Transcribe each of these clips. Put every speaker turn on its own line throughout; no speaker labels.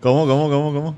¿Cómo, cómo, cómo, cómo?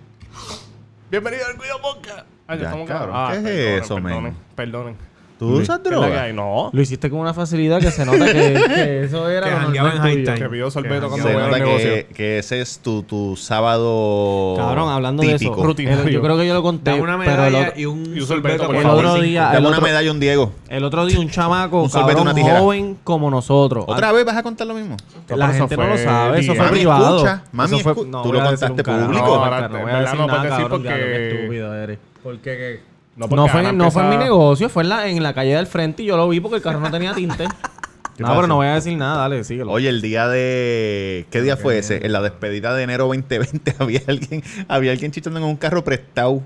Bienvenido al Cuido Podcast. Ay,
Ya,
Ah, estamos
cabrón,
grabando.
¿qué es eso,
perdonen,
men?
Perdonen.
¿Tú usas
¿Qué es la que
droga?
hay? No.
Lo hiciste con una facilidad que se nota que, que eso era
Que
lo
jangueaba
normal
en high
tuyo.
time.
Que pidió sorbeto cuando
Se
voy
nota
al
que,
negocio.
que ese es tu, tu sábado
Cabrón, hablando de eso,
típico.
Rutinario.
El- yo creo que yo lo conté,
Dame una
pero el
medalla
otro,
y un,
y un sorbeto, por
el
favor.
otro día,
Dame
el
una
otro,
medalla a un Diego.
el otro día un chamaco,
Un sorbete y
cabrón,
una tijera.
joven como nosotros.
¿Otra vez vas a contar lo mismo?
No,
La
pero
gente
eso
no lo
fue
sabe, eso
bien.
fue
Mami,
privado.
escucha, mami,
Eso fue-
escu-
no
tú
voy
lo
a decir
contaste
un carajo.
público.
No,
No,
Marca,
ahora,
no
en
voy a
verdad
decir
no puedes
nada,
decir
cabrón, diablo,
porque-
qué estúpido eres.
Porque
porque
No fue,
ahora
no fue en mi
empieza-
negocio, fue en la, en la calle del frente y yo lo vi porque el carro no tenía tinte. no,
pasa?
pero no voy a decir nada, dale, síguelo.
Oye, el día de... ¿Qué día fue ese? En la despedida de enero 2020 había alguien, había alguien chichando en un carro prestado.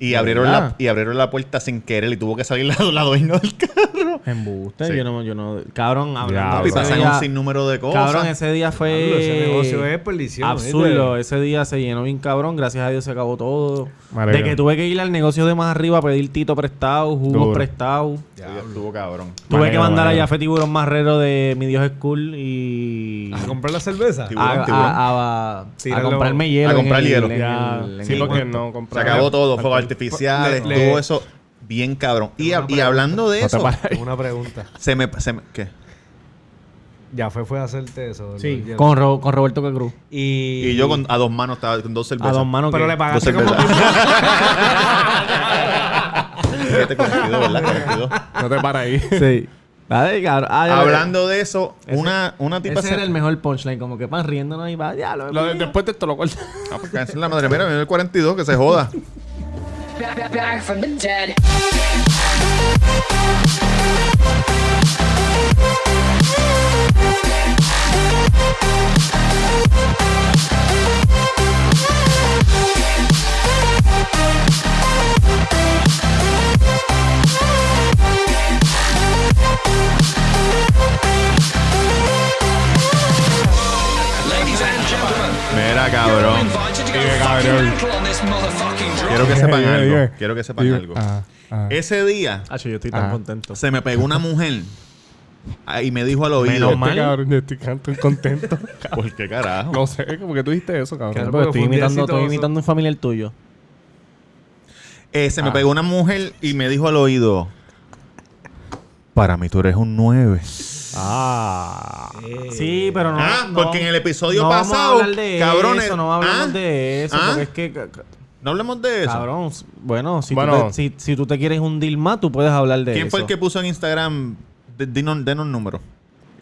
Y
¿De
abrieron, la,
verdad?
y abrieron la puerta sin querer y tuvo que salir la, la dueña del carro.
Embuste,
Sí.
yo no, yo no, cabrón, hablando.
Y
ese
pasan
día-
un sinnúmero de cosas.
Cabrón, ese día fue.
Ah, ese negocio es perdición.
Absurdo, ese día se llenó bien cabrón, gracias a Dios se acabó todo.
Maravilla.
De que tuve que ir al negocio de más arriba a pedir tito prestado,
Duro.
jugos prestados.
Ese día estuvo cabrón.
Tuve
Maravilla,
que mandar a
maravilla.
Jafé Tiburón Marrero de Mi Dios es Cool y...
¿A comprar la cerveza?
Ah, Tiburón.
a, a- a- a
Tíralo.
comprarme hielo.
A comprar
en el-
hielo.
en el-
Ya,
en
sí,
el-
porque no compré.
Se acabó todo, fuegos artificiales,
le- le-
todo eso bien cabrón. Y,
Una
hab- y hablando de
No te
eso,
pares.
Tengo Una pregunta.
se me, se me- ¿Qué?
Ya fue, fue a hacerte eso.
Sí,
Lord.
con, Ro- con Roberto Cacruz.
Y,
Y yo con, a dos manos estaba con dos cervezas.
A dos manos.
Pero
que-
le pagaste
Dos
como...
Fíjate, 42, ¿verdad? 42.
No te pares ahí.
Sí. Dale, cabrón. Ah, ya,
Hablando de eso, una, una
ya.
tipa
Ese
se-
era el mejor punchline. Como que van riéndonos y va, ya lo
Lo de- Después de esto lo corto.
Ah, pues cáncer la madre. Mira, viene el 42, que se joda.
Back, back, back from the dead.
Ladies and gentlemen,
Mira,
you're
cabrón.
invited to go fucking mental on this motherfucking drop.
Quiero que sepan
Dime,
algo.
dime.
Quiero que sepan algo.
Ah,
Este Ese día
Hacho, yo estoy tan
Ah.
contento.
se me pegó una mujer ah, y me dijo al oído.
Menos mal.
Este cabrón, yo estoy canto contento.
¿Por qué carajo?
No sé, ¿por qué tú dijiste eso,
Claro,
cabrón?
porque
porque
estoy
fue un
imitando,
día
estoy
exitoso.
imitando un familiar tuyo.
Eh,
Ah.
se me pegó una mujer y me dijo al oído: Para mí tú eres un 9.
Ah. Sí, pero no.
Ah,
no-
porque en el episodio
no vamos a
pasado,
hablar de
cabrones,
Eso, no hablamos
¿ah?
de eso.
¿ah?
Porque es que, ca- ca-
No hablemos de eso.
cabrón, s- bueno, si,
Bueno.
Tú te, si, si tú te quieres hundir más, tú puedes hablar de
¿Quién
eso.
fue el que puso en Instagram? de- Dinos, denos números.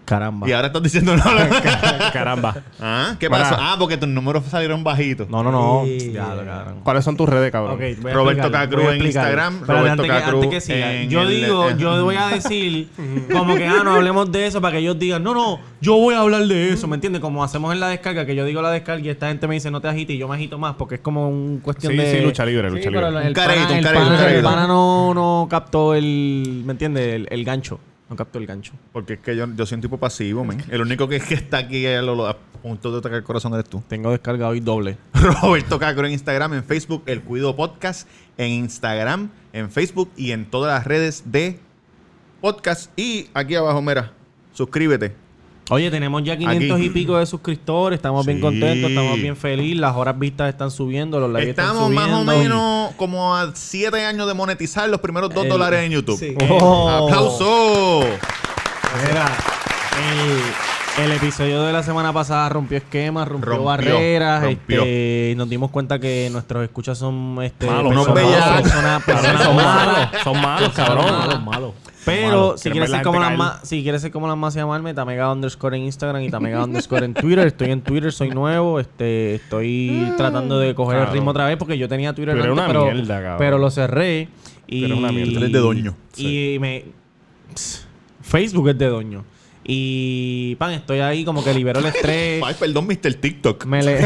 Caramba.
Y ahora estás diciendo no.
Caramba.
ah, ¿Qué
Para.
pasó? Ah, porque tus números salieron bajitos.
No, no, no.
Sí.
Ya, lo cabrón.
¿Cuáles son tus redes, cabrón?
Ok, voy a explicarlo,
Roberto
voy a
Cacruz en
explicarlo.
Instagram,
Espérate,
Roberto
antes que- antes
Cacruz
que siga.
en
Yo
el-
digo, yo voy a decir, como que, ah, no hablemos de eso para que ellos digan, no, no, yo voy a hablar de eso, ¿me entiendes? Como hacemos en la descarga, que yo digo la descarga y esta gente me dice, no te agites y yo me agito más porque es como un cuestión
Sí,
de.
sí, lucha libre,
Sí,
lucha
pero
libre.
el
Un
pana-
careíto, un
el
careíto, un
pana- El
careíto.
pana no, no captó el, ¿me entiendes? El, el gancho. No captó el gancho.
Porque es que yo, yo soy un tipo pasivo, men. El único que, que está aquí a, lo- lo- a punto de atacar el corazón eres tú.
Tengo descarga hoy doble.
Roberto Cacro en Instagram, en Facebook, El Cuido Podcast, en Instagram, en Facebook y en todas las redes de podcast. Y aquí abajo, mira, suscríbete.
Oye, tenemos ya 500
Aquí.
y pico de suscriptores, estamos bien
Sí.
contentos, estamos bien felices, las horas vistas están subiendo, los likes están
Estamos más o
subiendo.
menos como a 7 años de monetizar los primeros 2
El-
dólares en YouTube.
Sí.
Oh.
¡Aplauso!
Mira, el, el episodio de la semana pasada rompió esquemas, rompió,
Rompió,
barreras,
rompió.
este, y nos dimos cuenta que nuestros escuchas son este,
Malos,
unos
personas,
bellacos.
personas, personas
Son malos,
malas.
son malos,
Personas
cabrón.
malas.
Son malos.
Pero
malos.
si
Quieren ver
quieres
la
ser como
gente
las
caer.
más, si quieres ser como las más llamarme, tamega underscore en Instagram y tamega underscore en Twitter. Estoy en Twitter, soy nuevo, este, estoy tratando de coger
Claro.
el ritmo otra vez porque yo tenía Twitter
Pero era
antes,
una
pero,
mierda, cabrón.
pero lo cerré y
Pero era una mierda.
Eres de doño.
Y me Facebook es de doño. Y pan, estoy ahí como que libero el estrés.
Ay, perdón, Mr. TikTok.
me le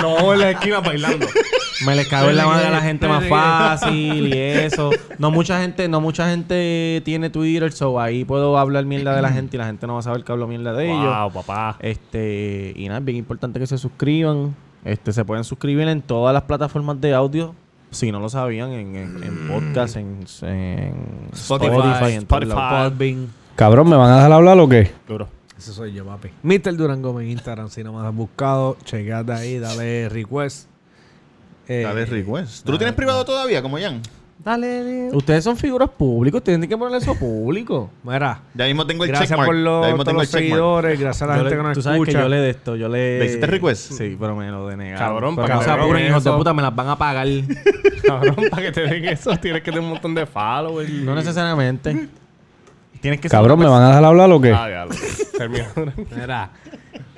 No, en la esquina bailando.
me les cago en la madre a la gente más fácil y eso. No mucha gente, no mucha gente tiene Twitter, so ahí puedo hablar mierda de la gente y la gente no va a saber que hablo mierda de ellos.
Wow, papá.
Este, y nada, es bien importante que se suscriban. Este, se pueden suscribir en todas las plataformas de audio. Si no lo sabían, en, en, en podcast, en, en Spotify, en todos lados.
Podbean.
Cabrón, ¿me van a dejar hablar o qué?
Duro.
Ese soy yo, papi. Mr. Durán Gómez en Instagram, si no me has buscado, chequeate ahí, dale request. Eh,
Dale request. ¿Tú lo
dale,
tienes privado todavía, como Jan?
Dale,
Ustedes son figuras públicas, ustedes tienen que ponerle eso público.
Mira,
Ya mismo tengo el
gracias
checkmark.
por los,
ya mismo
todos
tengo
los
el checkmark.
seguidores, gracias a la
Yo
gente
le-
que nos
tú sabes
escucha.
que yo le de esto, yo le...
¿Le hiciste request?
Sí, pero me lo denegaron.
Cabrón,
pero
para
no se
que vean
apuren, hijos de
eso.
puta, me las van a pagar. no
Cabrón, para que te den eso, tienes que tener un montón de followers.
necesariamente.
Tienes que
Cabrón, ¿me van a dejar hablar o qué?
Ah, diablo. Termina.
Mira,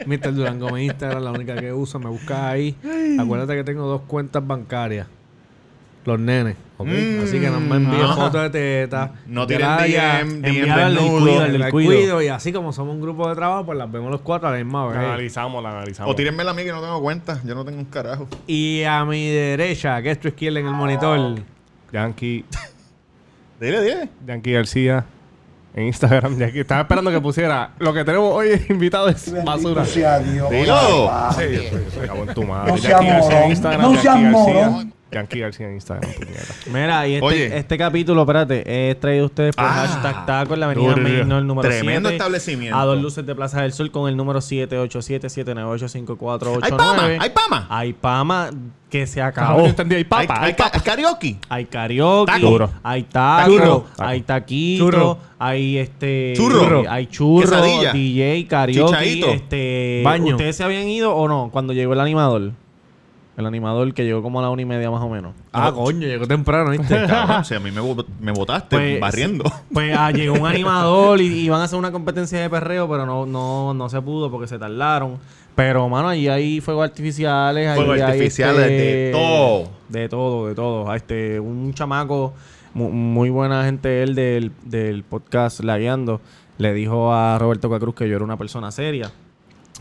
Mr. Durán Gómez en Instagram, la única que uso, me buscas ahí. Acuérdate que tengo dos cuentas bancarias. Los nenes, ¿ok?
Mm.
Así que no me envíen
Ajá.
fotos de teta.
No
te
tienen DM, DM
enviarle al
desnudo.
cuido.
El
El
cuido. cuido. Y así como somos un grupo de trabajo, pues las vemos los cuatro a la misma vez.
La analizamos, la analizamos.
O tírenme la mía que no tengo cuenta. Yo no tengo un carajo.
Y a mi derecha, que es tu izquierda en el monitor.
Yankee,
Dile, dile.
Yankee García. En Instagram, Yankee. Estaba esperando que pusiera. Lo que tenemos hoy invitado es basura.
Bendito sea Dios.
Dilo.
Sí, pues, se acabó en tu madre.
No seas
Yankee García en
morón,
Instagram.
no seas
Yankee García.
morón.
Yankee García en Instagram, puñeta.
Mira, y este,
Oye. Ah.
este capítulo, espérate, es traído a ustedes por hashtag taco en la avenida
duro.
Meino, el número
Tremendo
7,
establecimiento.
A dos luces de Plaza del Sol con el número 787-798-5489.
¡Hay pama! ¡Hay pama!
Hay pama que se
Cabrón,
acabó.
yo entendí. Hay
Hay,
papa.
hay
Hay
ca-
papa.
karaoke.
Hay karaoke,
Taco. Duro.
hay taco,
Churro.
hay taquito,
Churro.
hay este
Churro.
hay churro,
Quesadilla.
DJ, karaoke,
Chichaíto.
este
Baño.
¿Ustedes se habían ido o no cuando llegó el animador? El animador que llegó como a la una y media más o menos.
Ah, coño, llegó temprano, ¿viste?
Cabrón, si a mí me, bo- me botaste
Pues,
barriendo.
Pues ah, llegó un animador y iban a hacer una competencia de perreo, pero no, no, no se pudo porque se tardaron. Pero, mano, allí hay fuegos artificiales.
Fuegos
allí hay, este,
artificiales, de todo.
De todo, de todo. Ah, Este, un chamaco, mu- muy buena gente él del, del podcast Lagueando, le dijo a Roberto Cacruz que yo era una persona seria.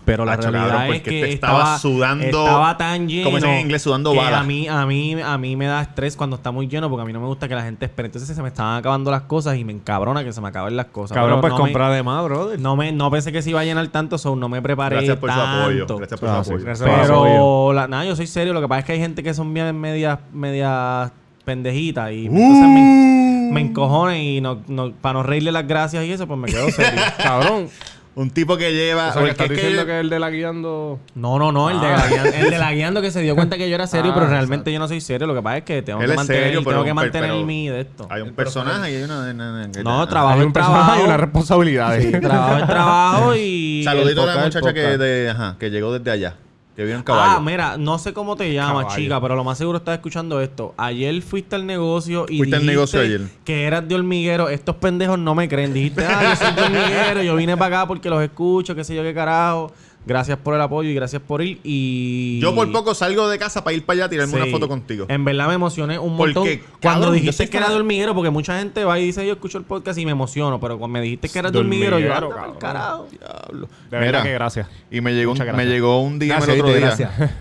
Pero la
Hacho,
realidad
cabrón,
es
porque
que
te estaba sudando-
Estaba tan lleno.
como dicen en inglés, sudando
que
bala.
A mí, a, mí, a mí me da estrés cuando está muy lleno porque a mí no me gusta que la gente espere. Entonces se me estaban acabando las cosas y me encabrona que se me acaben las cosas. Pero
Cabrón, pues
no me-
comprar de más, brother.
no, me, no pensé que se iba a llenar tanto, so no me preparé
Gracias por
tanto.
su apoyo. Gracias por
Ah,
su
sí,
apoyo.
gracias.
Pero, la- nada, yo soy serio. Lo que pasa es que hay gente que son bien medias, medias pendejitas y
Uh.
entonces me, me encojonan y no, no- para no reírle las gracias y eso, pues me quedo serio.
Cabrón.
Un tipo que lleva.
O sea, que
porque
estás
es que-
diciendo que el de la guiando.
No, no, no, el, de
Ah.
la guiando, el de la guiando que se dio cuenta que yo era serio,
Ah,
pero realmente yo no soy serio. Lo que pasa es que tengo
Él
que
es
mantener,
serio, pero-
tengo que mantener
pero-
mi de esto.
Hay un personaje y hay una. una- una-
No,
ah.
trabajo
Hay
es
un personaje y
trabajo.
una responsabilidad.
Sí, trabajo es trabajo y.
Saludito
el
a la
podcast es
muchacha que,
podcast.
de- ajá, que llegó desde allá. Que vio en caballo.
Ah, mira, no sé cómo te llamas,
Caballo.
chica, pero lo más seguro estás escuchando esto. Ayer fuiste al negocio y
Fuiste al
dijiste
negocio ayer.
que eras de hormiguero. Estos pendejos no me creen. Dijiste, ah, yo soy de hormiguero, yo vine para acá porque los escucho, qué sé yo qué carajo. Gracias por el apoyo y gracias por ir. Y
Yo por poco salgo de casa para ir para allá a tirarme
Sí. Em-
una foto contigo.
En verdad me emocioné un
Porque,
montón.
cabrón,
cuando
yo
dijiste
soy
que era de
fan-
hormiguero, porque mucha gente va y dice, yo escucho el podcast y me emociono, pero cuando me dijiste que eras de
De
hormiguero, yo,
hormiguero,
anda pa'l
cabrón.
carajo.
Diablo.
De verdad
Mira,
que gracias.
y me llegó, un,
Muchas
me
gracias.
llegó un DM el
Gracias,
otro día.
¿viste? Gracias.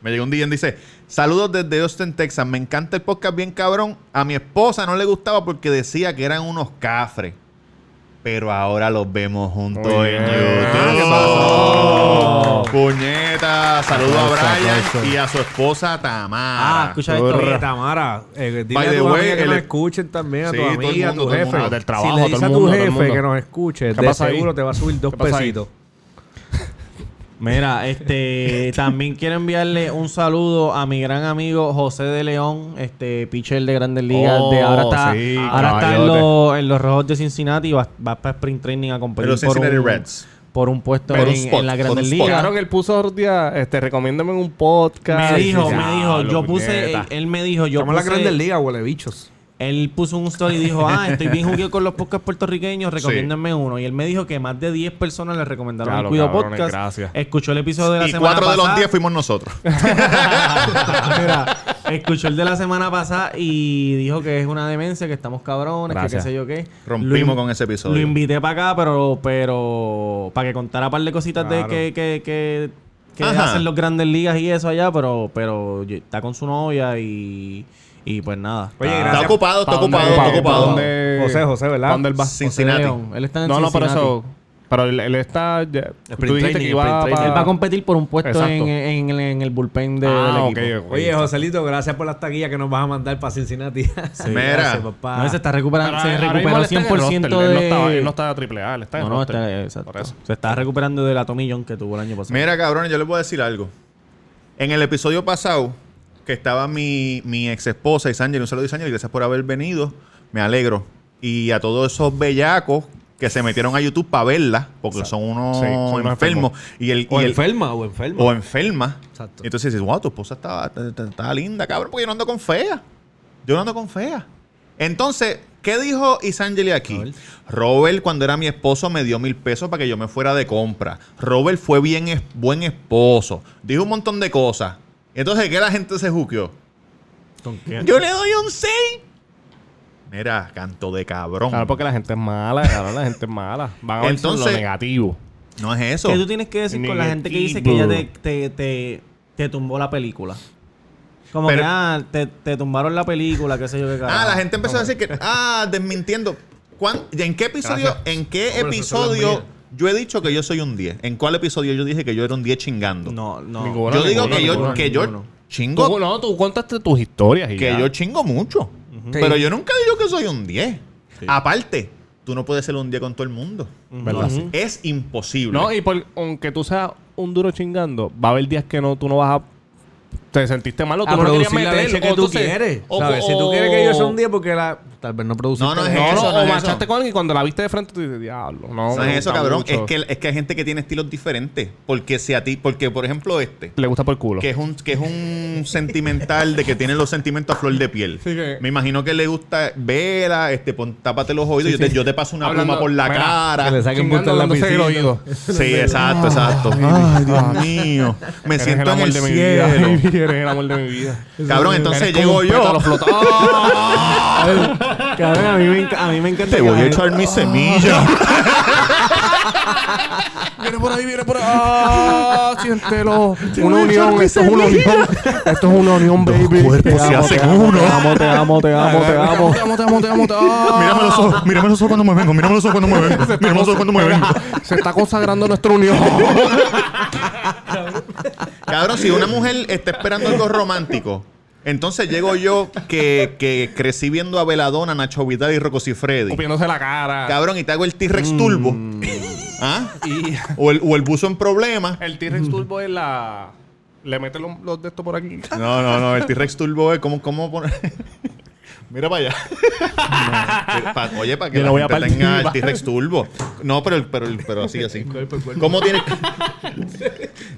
Me llegó un día y dice, saludos desde Austin, Texas. Me encanta el podcast bien cabrón. A mi esposa no le gustaba porque decía que eran unos cafres. Pero ahora los vemos juntos
Muy
en
bien.
YouTube.
Ah,
Puñeta. Saludos a
Aplauso,
Brian
aplauso.
y a su esposa Tamara.
Ah, escucha esto.
Oye, Tamara, eh, dile
By
a
the
tu
way,
amiga que
el-
nos escuchen también, a
Sí,
tu
todo el mundo,
amiga, a tu
todo el
jefe.
mundo.
Del trabajo,
si le
todo
dices
el
a tu
mundo, todo el
jefe
mundo.
que nos escuche,
¿Qué
de
pasa ahí?
seguro te va a subir dos
¿Qué pasa ahí?
pesitos.
Mira, este también quiero enviarle un saludo a mi gran amigo José de León, este pitcher de Grandes Ligas,
Oh,
de ahora está,
sí,
ahora está en,
caballote.
los, en los Rojos de Cincinnati y va, va para sprint training a competir
Pero los
por
Cincinnati
un,
Reds.
por un puesto
Por un
en,
spot,
en la
por
Grandes
un spot.
Ligas.
Claro que él puso otros días, este, recomiéndame un podcast.
Me dijo,
Ya,
me dijo,
lo
yo puse,
puñeta.
él me dijo, yo
Estamos en la
puse,
Grandes Ligas, huele bichos.
él puso un story y dijo, ah, estoy bien jugué con los podcasts puertorriqueños, recomiéndenme uno. Y él me dijo que más de 10 personas le recomendaron
Claro,
el Cuido
cabrones,
Podcast.
gracias.
Escuchó el episodio de la
Y
semana
cuatro de los
pasada.
diez fuimos nosotros.
Mira, escuchó el de la semana pasada y dijo que es una demencia, que estamos cabrones,
Gracias.
que qué sé yo qué.
Rompimos
Lo in-
con ese episodio.
Lo invité para acá, pero, pero, para que contara un par de cositas
Claro.
de que, que, que, que
Ajá.
hacen los grandes ligas y eso allá, pero, pero yo- está con su novia y, y pues nada.
Oye,
Está-
Está
gracias.
ocupado, está
¿Pa' dónde-
ocupado, está
pa'
ocupado.
dónde-
José, José, ¿verdad?
pa' dónde él va?
Cincinnati.
León, Él está en
No, no, por
Cincinnati.
eso. Pero él, él está. ya-
Sprint
tú dijiste que
training,
iba
sprint training.
pa-
Él va a competir por un puesto
Exacto.
en, en- en- en el bullpen de,
Ah,
del
ok,
equipo.
ok.
Oye, Joselito, gracias por las taquillas que nos vas a mandar para Cincinnati. Sí,
Mira.
gracias, papá.
No, se está recuperando,
Pero
se
ahora mismo
recuperó
él está en el
100%
roster,
de...
Él no estaba, él no estaba triple A, él está en
No,
el
no,
roster.
está- exacto.
Por eso.
Se está recuperando del atomillón que tuvo el año pasado.
Mira, cabrón, yo les voy a decir algo. En el episodio pasado, que estaba mi, mi ex esposa Isangeli, un saludo Isangeli, gracias por haber venido, me alegro. Y a todos esos bellacos que se metieron a YouTube para verla, porque son unos
Sí, son unos
enfermos. Y el,
O
y el-
enferma, o enferma.
o enferma.
Exacto.
Y entonces dices, wow, tu esposa estaba, estaba linda, cabrón, porque yo no ando con fea. Yo no ando con fea. Entonces, ¿qué dijo Isangeli aquí? Robert, cuando era mi esposo, me dio mil pesos para que yo me fuera de compra. Robert fue bien es- buen esposo. Dijo un montón de cosas. Entonces, ¿qué la gente se juqueó?
¿Con qué?
Yo le doy un 6. Mira, canto de cabrón.
Claro, porque la gente es mala, claro, la gente es mala. Van a ver solo lo
Entonces-
negativo.
No es eso.
¿Qué tú tienes que decir con la gente que dice que ella te, te, te, te tumbó la película? Como
Pero-
que, ah, te, te tumbaron la película, qué sé yo qué carajo.
Ah, la gente empezó a decir que. Ah, desmintiendo. ¿Cuán- ¿En qué episodio, en qué
Hombre, esas son las
episodio
mías.
yo he dicho que yo soy un 10? ¿En cuál episodio yo dije que yo era un 10 chingando?
No, no.
Ninguno.
yo digo
ninguno,
que, yo,
ninguno,
que yo
ninguno.
chingo.
Tú, no, tú contaste tus historias y
que
ya.
yo chingo mucho. Pero yo nunca digo que soy un 10. Aparte, tú no puedes ser un 10 con todo el mundo.
¿Verdad?
No, Es imposible.
No, y por, aunque tú seas un duro chingando, va a haber días que no, tú no vas a... Te sentiste mal o tú
a
no lo querías
producir la
meter.
leche que
o
tú
se-
quieres.
o-
¿sabes? Si
o-
tú quieres que yo sea un día, porque la... tal vez no produciste.
No, no es
leche.
No,
eso,
no,
no
o
es
machaste
eso.
con alguien y cuando la viste de frente tú dices, diablo,
No
no. me
es eso,
gusta
cabrón.
mucho.
Es que, es que hay gente que tiene estilos diferentes. Porque si a ti, porque por ejemplo este.
Le gusta por culo.
que es un que es un sentimental de que tiene los sentimientos a flor de piel.
Sí que-
Me imagino que le gusta vela, este pon, tápate los oídos, yo, te, yo te paso una
Hablando-
pluma por la
mira,
cara.
que le saquen
Chingando,
punta en la
dándose el
piscina.
oído.
Sí, exacto, exacto. Ay, Dios mío. Me
Eres
siento en
amor
el
de mi vida.
cielo.
baby, Eres el amor de mi vida.
Cabrón, entonces llego yo.
Cabrón, a mí me, enca- a mí me encanta.
Te
que
voy
la
a
gente-
echar mis semillas.
Viene por ahí, viene por ahí. ¡Ah! Siéntelo. Una
voy a echar
unión.
mi
Esto es una
semilla.
unión. Esto es una unión, baby.
cuerpos se hacen uno.
Te amo, te amo, te amo, te amo. Te amo, te amo, te amo. te amo.
Mírame los ojos, mírame los ojos cuando me vengo, mírame los ojos cuando me vengo, mírame los ojos cuando me vengo.
Se está consagrando nuestra unión.
Cabrón, si una mujer está esperando algo romántico, entonces llego yo que, que crecí viendo a Veladona, Nacho Vidal y Rocco Freddy.
Copiándose la cara.
Cabrón, y te hago el T-Rex turbo. ¿Ah? O, el, o el buzo en problema.
El T-Rex Turbo es la. Le mete los, los de esto por aquí.
No, no, no. El T-Rex turbo eh, es como... como poner- Mira para allá. Pero pa- oye, para que
Yo
la
lo voy a
gente
partir.
tenga el T-Rex turbo. No, pero, el- pero, el- pero así, así. ¿Cómo tiene...?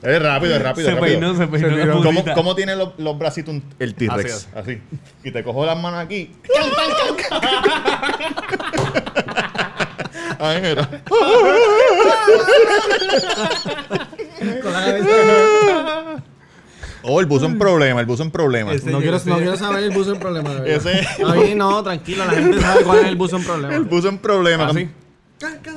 es rápido, es rápido,
Se
rápido.
peinó, se peinó. la
¿Cómo,
puntita.
cómo tiene los, los bracitos un- el T-Rex? Así, Y te cojo las manos aquí. ¡Can, can, can, can! Ay, mira. Oh, el buzo es un problema, el buzo es un problema.
Ese-
No quiero, no quiero saber el buzo en problema. de verdad.
Ese
Está bien, no, tranquilo, la gente sabe cuál es el buzo en problema.
el buzo es un
¿Ah,
problema.
Así.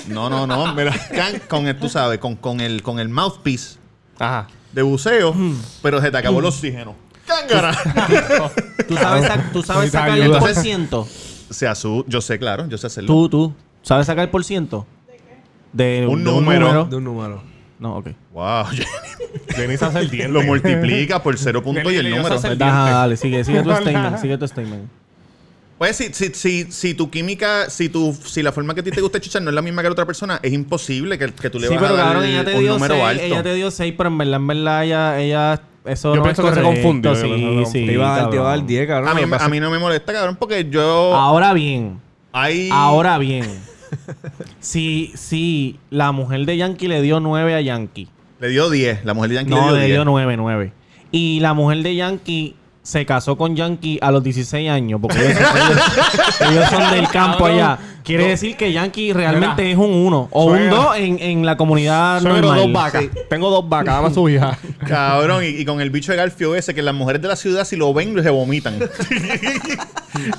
No, no, no. mira, Ah, can- con el, tú sabes, con, con el, con el mouthpiece
Ajá.
de buceo, pero se te acabó el oxígeno. ¡Cángara!
Hmm. Tú sabes, sa- tú sabes
Necesita
sacar el
ayuda.
por ciento.
Se asu... Yo sé, claro, yo sé hacerlo.
Tú, tú, ¿sabes sacar el por ciento? De,
Un
de Pues
número.
De un número.
No, ok.
Wow.
Jenny se hace el diente.
Lo multiplica por cero punto y el
Galileo
número.
se hace-
Ajá, Pues dale, sigue, sigue tu statement, sigue tu statement.
Pues si, si, si, si tu química, si tu, si la forma que a ti te gusta chichar no es la misma que la otra persona, es imposible que, que tú le
Sí,
vas
pero
a dar
cabrón, ella te
un
dio
número
6,
alto.
ella te dio 6, pero en verdad, en verdad, ella, ella eso
Yo
no
pienso
es
que se
correcto,
confundió, yo pienso que se
Sí, sí,
confundió.
Te iba a dar, te iba a dar
cabrón.
10, cabrón.
a, mí,
Lo que pasa
a mí no me molesta, cabrón, porque yo...
Ahora bien,
hay...
ahora bien. Si, si la mujer de Yankee le dio 9 a Yankee.
Le dio 10. La mujer de Yankee
No,
le
le
dio
dio
10.
9, 9. Y la mujer de Yankee se casó con Yankee a los 16 años, porque ellos son, ellos- ellos son del campo
Cabrón.
allá. Quiere decir que Yankee realmente
Mira.
es un 1 o un
Suegra.
2 en, en la comunidad
Suegro,
normal.
dos vacas. Tengo dos vacas, dame a su hija.
Cabrón, y, y con el bicho de Garfio ese, que las mujeres de la ciudad si lo ven se vomitan.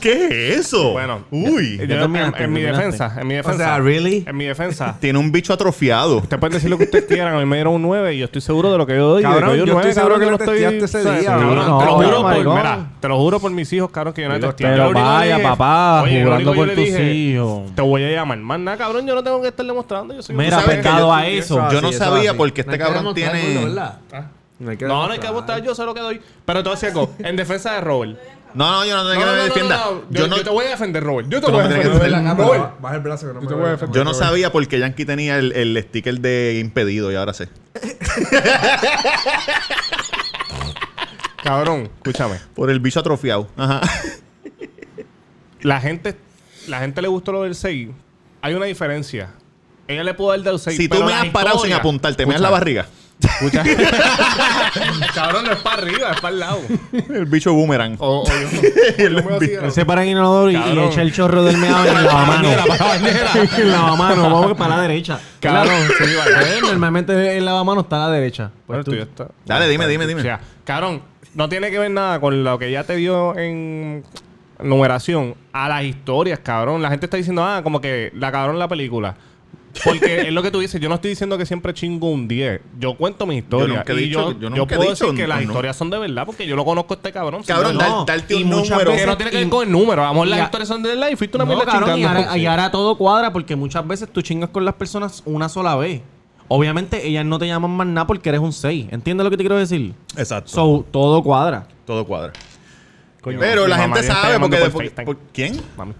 ¿Qué es eso?
Bueno,
Uy.
yo-
Ya
en,
terminaste,
en mi
terminaste.
defensa, en mi defensa.
¿really?
En mi defensa.
Tiene un bicho atrofiado.
Ustedes pueden decir lo que ustedes quieran. A mí me dieron un 9 y yo estoy seguro de lo que yo doy.
Cabrón,
Y de
yo
que doy un
estoy seguro que
yo
lo testeaste ese
¿sabes?
día,
Cabrón,
bro.
te, lo
No,
juro por,
maricón.
mira, te lo juro por mis hijos, cabrón, que yo no he testeado. Lo
Pero
único que
vaya,
dije-
papá,
Oye, lo
jugando
único que
con
yo le
tus
dije,
hijos.
Te voy a llamar. Más nada, cabrón, yo no tengo que estarle mostrando. Yo soy un
Mira,
sabes que
pecado
yo-
a eso.
Yo no
así, eso
sabía
así.
porque este
No hay que
cabrón
demostrar,
tiene.
Gordo, ¿verdad?
Ah.
No, hay que
No, no hay que
demostrar.
mostrar, yo sé lo que doy. Pero te voy a decir algo. En defensa de Robert.
No, no, yo no tengo que me defienda.
Yo,
Yo no,
yo te voy a defender, Robert. Yo te
Tú no
voy a
me tienes que
defender.
defender.
Ah, pero
Robert.
ba- Baja el brazo que no me
te
veo.
voy a defender.
yo no sabía porque Yankee tenía el, el sticker de impedido y ahora sé.
Cabrón, escúchame.
Por el bicho atrofiado. Ajá.
La gente, la gente le gustó lo del 6. Hay una diferencia. Ella le pudo dar del 6.
si tú me has parado sin apuntarte, me das la barriga.
Cabrón, no es para arriba, es para el lado.
El bicho boomerang.
O, o yo, yo me Oh, pues, voy así,
Él se para en inodoro y, y
Cabrón.
echa el chorro del meado en el lavamano. en el lavamano, vamos para la derecha.
Cabrón, sí, vale.
Eh, Normalmente el lavamano está a la derecha.
Bueno,
Pues tú-
tú ya está.
Dale, dime, dime,
O
dime.
sea, cabrón, no tiene que ver nada con lo que ya te dio en numeración a las historias, cabrón. La gente está diciendo, ah, como que la cabrón la película. Porque es lo que tú dices, yo no estoy diciendo que siempre chingo un 10. Yo cuento mis historias.
Yo nunca he
y
dicho-
yo,
yo
yo
nunca he
puedo
dicho
decir que
un-
las
un no.
historias son de verdad porque yo lo conozco a este cabrón. sí,
Cabrón,
no,
dar-
no.
darte
Y
un
muchas
número.
que
veces-
no tiene que ver
y-
con el número. A lo mejor las
y a-
historias son de verdad y fuiste una
No,
mierda
cabrón, y
chingando.
ahora, y ahora todo cuadra porque muchas veces tú chingas con las personas una sola vez. Obviamente ellas no te llaman más nada porque eres un 6. ¿Entiendes lo que te quiero decir?
Exacto.
So, todo cuadra.
Todo cuadra.
Coño,
Pero
mi
la
mamá
gente
ya está
sabe
llamando
porque.
por
porque-
FaceTime.
por- ¿Quién?
Mami.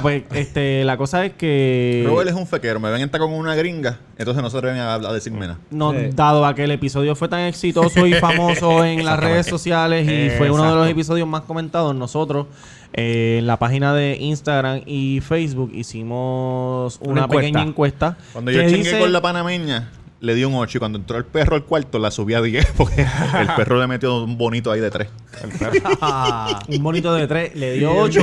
pues este, la cosa es que...
Robert es un fequero. Me ven estar con una gringa. Entonces no se atreven a, a decirme nada.
No, dado a que el episodio fue tan exitoso y famoso en las redes sociales y fue uno de los episodios más comentados, nosotros eh, en la página de Instagram y Facebook hicimos una,
Una encuesta.
pequeña encuesta.
Cuando yo
que
chingué
dice-
con la panameña, le di un 8 y cuando entró el perro al cuarto la subí a 10 porque el perro le metió un bonito ahí de 3.
un bonito de 3 le dio 8,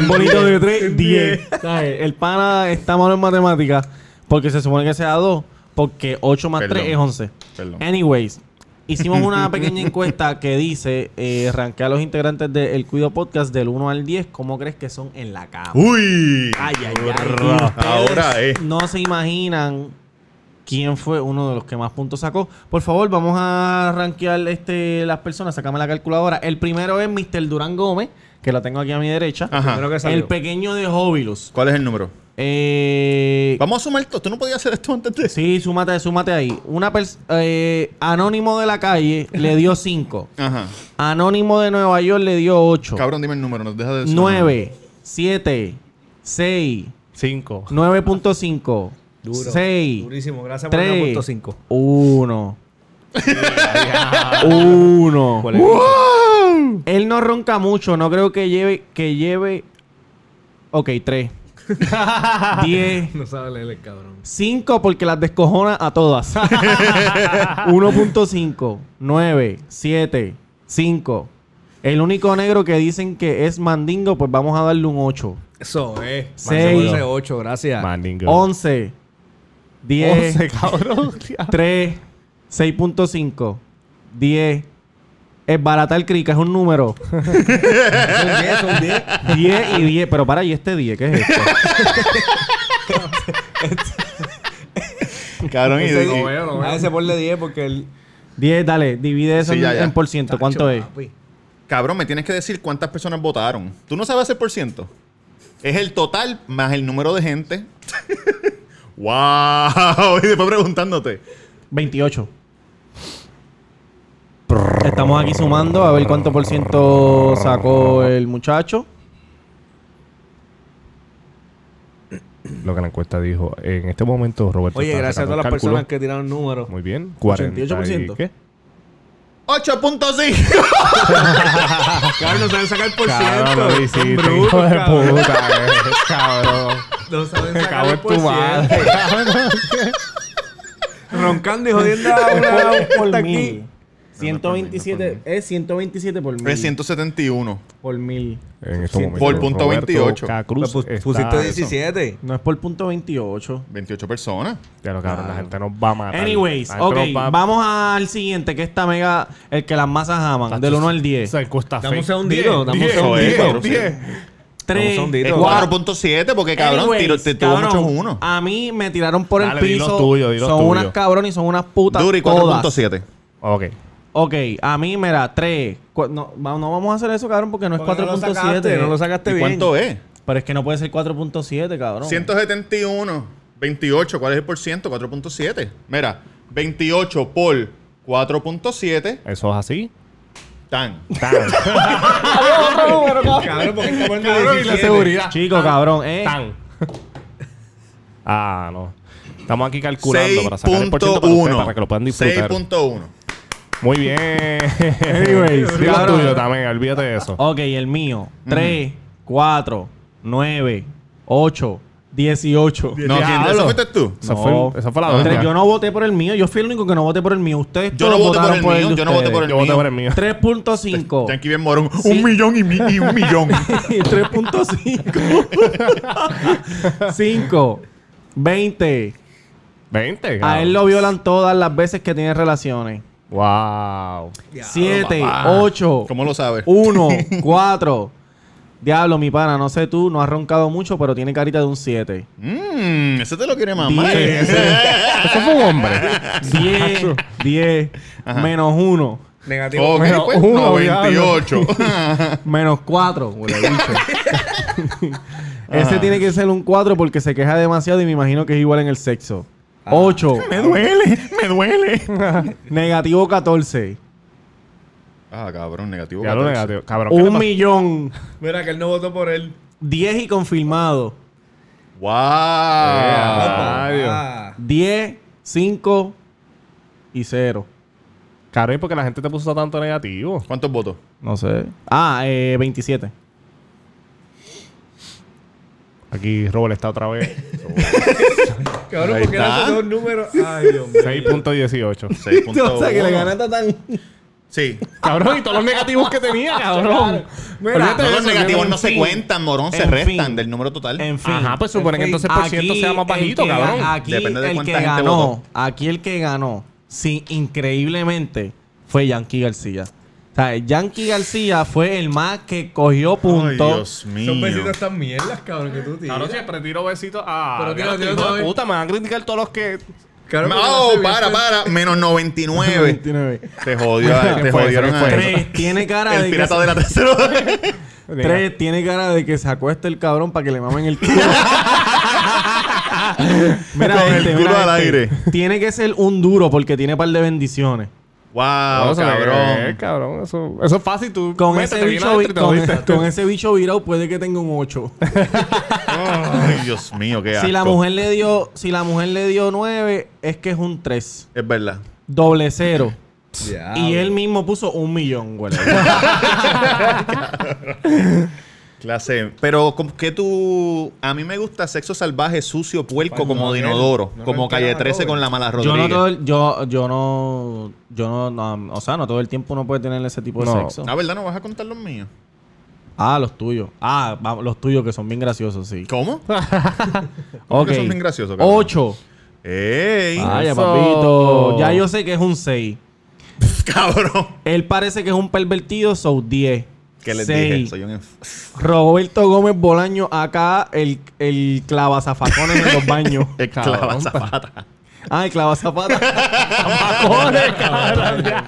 un bonito de 3, 10. El pana está malo en matemáticas porque se supone que sea 2, porque 8 más
Perdón.
3 es 11.
Perdón.
Anyways, hicimos una pequeña encuesta que dice, eh, rankea a los integrantes del El Cuido Podcast del 1 al 10, ¿cómo crees que son en la cama?
¡Uy!
Ay, ay, ay.
Urra.
Y
Ahora eh.
ustedes
es.
No se imaginan quién fue uno de los que más puntos sacó. Por favor, vamos a rankear este, las personas. Sácame la calculadora. El primero es Mr. Durán Gómez, que la tengo aquí a mi derecha.
Ajá.
Primero que salió.
El pequeño de Hobilus.
¿Cuál es el número?
Eh,
Vamos a sumar todo. ¿Tú no podías hacer esto antes de
sí, súmate, súmate ahí. Una pers- eh, Anónimo de la calle le dio 5.
Ajá.
Anónimo de Nueva York le dio 8.
Cabrón, dime el número. Nos deja de
9, 7, 6,
Cinco.
9.5. 6.
Durísimo. Gracias por el
Tres.
1.5.
Uno. Uno.
¿Cuál es?
Él no ronca mucho. No creo que lleve... Que lleve... Ok, tres. Diez.
No sabe leer el cabrón.
Cinco porque las descojona a todas. 1.5. 9. 7. 5. El único negro que dicen que es mandingo, pues vamos a darle un 8.
Eso es.
Seis.
8, gracias.
Mandingo.
11. 10.
Once, cabrón.
3, 6.5, 10. Es barata el crica, es un número.
Son 10, son 10.
10 y 10. Pero para, ¿y este 10? ¿Qué es esto?
Cabrón, y,
Ese-
y-
A ese ponle 10 porque el...
10, dale, divide eso
Sí,
en,
ya, ya.
en por ciento. ¿Cuánto es?
Cabrón, me tienes que decir cuántas personas votaron. ¿Tú no sabes el por ciento? Es el total más el número de gente. ¡Wow! Y después preguntándote.
28. Estamos aquí sumando a ver cuánto por ciento sacó el muchacho.
Lo que la encuesta dijo. En este momento, Roberto.
Oye,
está
gracias a
sacando
todas las
el cálculo.
personas que tiraron números.
Muy bien.
88%.
48%. ¿Qué?
8.5.
Cabrón, no saben sacar por
Cabrón, lo hiciste,
Son brutos,
hijo de
cabrón.
puta, eh, cabrón.
No saben
Me
sacar
cago
el
en
por
tu madre.
Roncando y jodiendo a una
Por
puerta aquí.
mil. 127, es 127 por mil.
Es 171.
Por mil.
En estos
Por
momentos.
punto
Roberto
28.
Pues
Cacruz está-
pusiste 17.
No es por punto 28.
28 personas.
Ya lo cabrón, la gente nos va a matar.
Anyways,
La gente
ok,
nos va-
vamos al siguiente, que esta mega, el que las masas aman, del 1 al
O
10.
sea, el Costa
Dame un
Fe.
segundito, dame un
Diez,
segundito.
diez, diez.
Dame
3,
un
Es
segundito.
4.7 porque cabrón,
Anyways,
tiro- te tuvo
cabrón, Ah,
muchos uno.
A mí me tiraron por el
Dale, di los
piso.
tuyos, di los
son
tuyos.
unas cabrones y son unas putas.
Duri
todas.
4.7.
Ok.
Ok, a mí, mira, 3. No, va- no vamos a hacer eso, cabrón, porque no es
Porque no lo sacaste,
4.7.
No lo sacaste
¿Y
bien.
cuánto es?
Pero es que no puede ser 4.7, cabrón.
171, 28, ¿cuál es el por ciento? 4.7. Mira, 28 por 4.7,
Eso es así.
tan.
Cabrón, porque es como el
Cabrón, y
de
la
17.
seguridad.
Chico, cabrón, eh.
Tan. Ah, no. Estamos aquí calculando para sacar el por ciento para, ustedes,
6.1.
para que lo puedan disfrutar.
6.1.
Muy bien.
Anyways,
Dilo
cabrón.
tuyo también, olvídate de eso.
Ok, el mío. 3, 4, 9, 8, 18.
No, ¿quién,
Diablo.
¿eso fuiste tú?
Esa, fue, esa fue la
Tres,
última.
Yo no voté por el mío. Yo fui el único que no voté por el mío. Ustedes
Yo no
todos
voté por
votaron
el mío, yo no voté por el
Yo voté
mío.
por el mío.
3.5.
Yankee bien morón.
Sí.
Un millón y, mi- y un millón.
3.5. 5. 20.
20.
A él lo violan todas las veces que tiene relaciones.
Wow.
7,
papá.
8,
¿Cómo lo sabes?
1, 4. Diablo, mi pana, no sé tú, no has roncado mucho, pero tiene carita de un 7.
Mmm, ese te lo quiere mamá.
Diez.
Eso fue un hombre.
10, 10, menos 1,
Negativo.
Ok,
Bueno,
pues,
uno,
98.
menos 4. Ese tiene que ser un 4 porque se queja demasiado y me imagino que es igual en el sexo.
Ah.
8,
me duele, me duele.
negativo 14,
ah, cabrón, negativo.
Ya lo
14.
negativo. Cabrón. ¿qué le
1
pasa?
millón,
Mira que él no votó por él.
10 y confirmado,
Wow.
Ah, Dios.
Ah.
10, 5 y 0.
Cabrón, ¿y por qué la gente te puso tanto negativo?
¿Cuántos votos?
No sé. Ah, eh, 27.
Aquí Robert está otra vez.
Cabrón,
Ahí
porque
está.
eran dos números. Ay, Dios mío.
6.18.
6.1.
O sea, que la ganata tan...
Sí.
Cabrón, y todos los negativos que tenía, cabrón. Olvídate
No,
de
los
eso,
negativos
en
no se
fin.
cuentan, morón. Se
En
restan
fin.
del número total.
En fin.
Ajá, pues supone que entonces el por ciento
Aquí
sea más
el
bajito,
que
cabrón.
ga- Aquí
Depende de
el
cuánta
que
gente
ganó,
votó.
aquí el que ganó, sí, increíblemente, fue Yankee García. O sea, Yankee García fue el más que cogió
Ay,
puntos.
Dios
Son
mío.
besitos tan mierdas, cabrón, que tú tiras.
Cabrón, siempre tiro besitos. Ah,
Pero tira,
diablo,
tira
hijo de
otra vez.
puta, me van a criticar todos los que.
Cabrón, porque no hace
No,
bien
para,
su-
para. Menos 99.
29.
Te jodió, te
¿Qué fue eso?
jodieron
¿Qué fue
a
eso?
él.
Tres, tiene cara
El
de
pirata
que...
de la tercera.
Tres, tiene cara de que se acuesta el cabrón para que le mamen el culo. Mira
Con el
este,
culo
mira
al
este.
aire.
Tiene que ser un duro porque tiene par de bendiciones.
Wow,
Vamos a ver, eh,
cabrón.
cabrón, eso, eso es fácil. Tú
Con,
métete,
ese
viene
bicho,
adentro
vi-
y te
con,
jodiste.
con ese bicho virado puede que tenga un 8.
Ay, Dios mío, qué asco.
si la mujer le dio, si la mujer le dio 9, es que es un 3.
Es verdad.
Doble cero.
Ah,
Ya,
Y él mismo puso un millón, güey.
Clase. Pero, ¿con ¿qué tú...? A mí me gusta sexo salvaje, sucio, puerco, como de inodoro.
no
Como
lo
Calle
entiendo,
13
Robert.
con la mala
yo no
Rodríguez.
todo el- yo, yo no, yo no, no, o sea, no todo el tiempo uno puede tener ese tipo de
No.
sexo.
Ah, ¿verdad? ¿No vas a contar los míos?
Ah, los tuyos. Ah, va- los tuyos que son bien graciosos, sí.
¿Cómo? ¿Cómo
Ok.
que son bien graciosos, cabrón?
8.
¡Ey!
Vaya,
Eso.
papito. Ya yo sé que es un 6.
¡Cabrón!
Él parece que es un pervertido, son 10.
¿Qué les
Seis.
dije? Soy un... enf-
Roberto Gómez Bolaño, acá el, el clavazafacones en los baños.
El clava zapata.
Ah, el clavazapata.
Zapacones, cabrón. ya.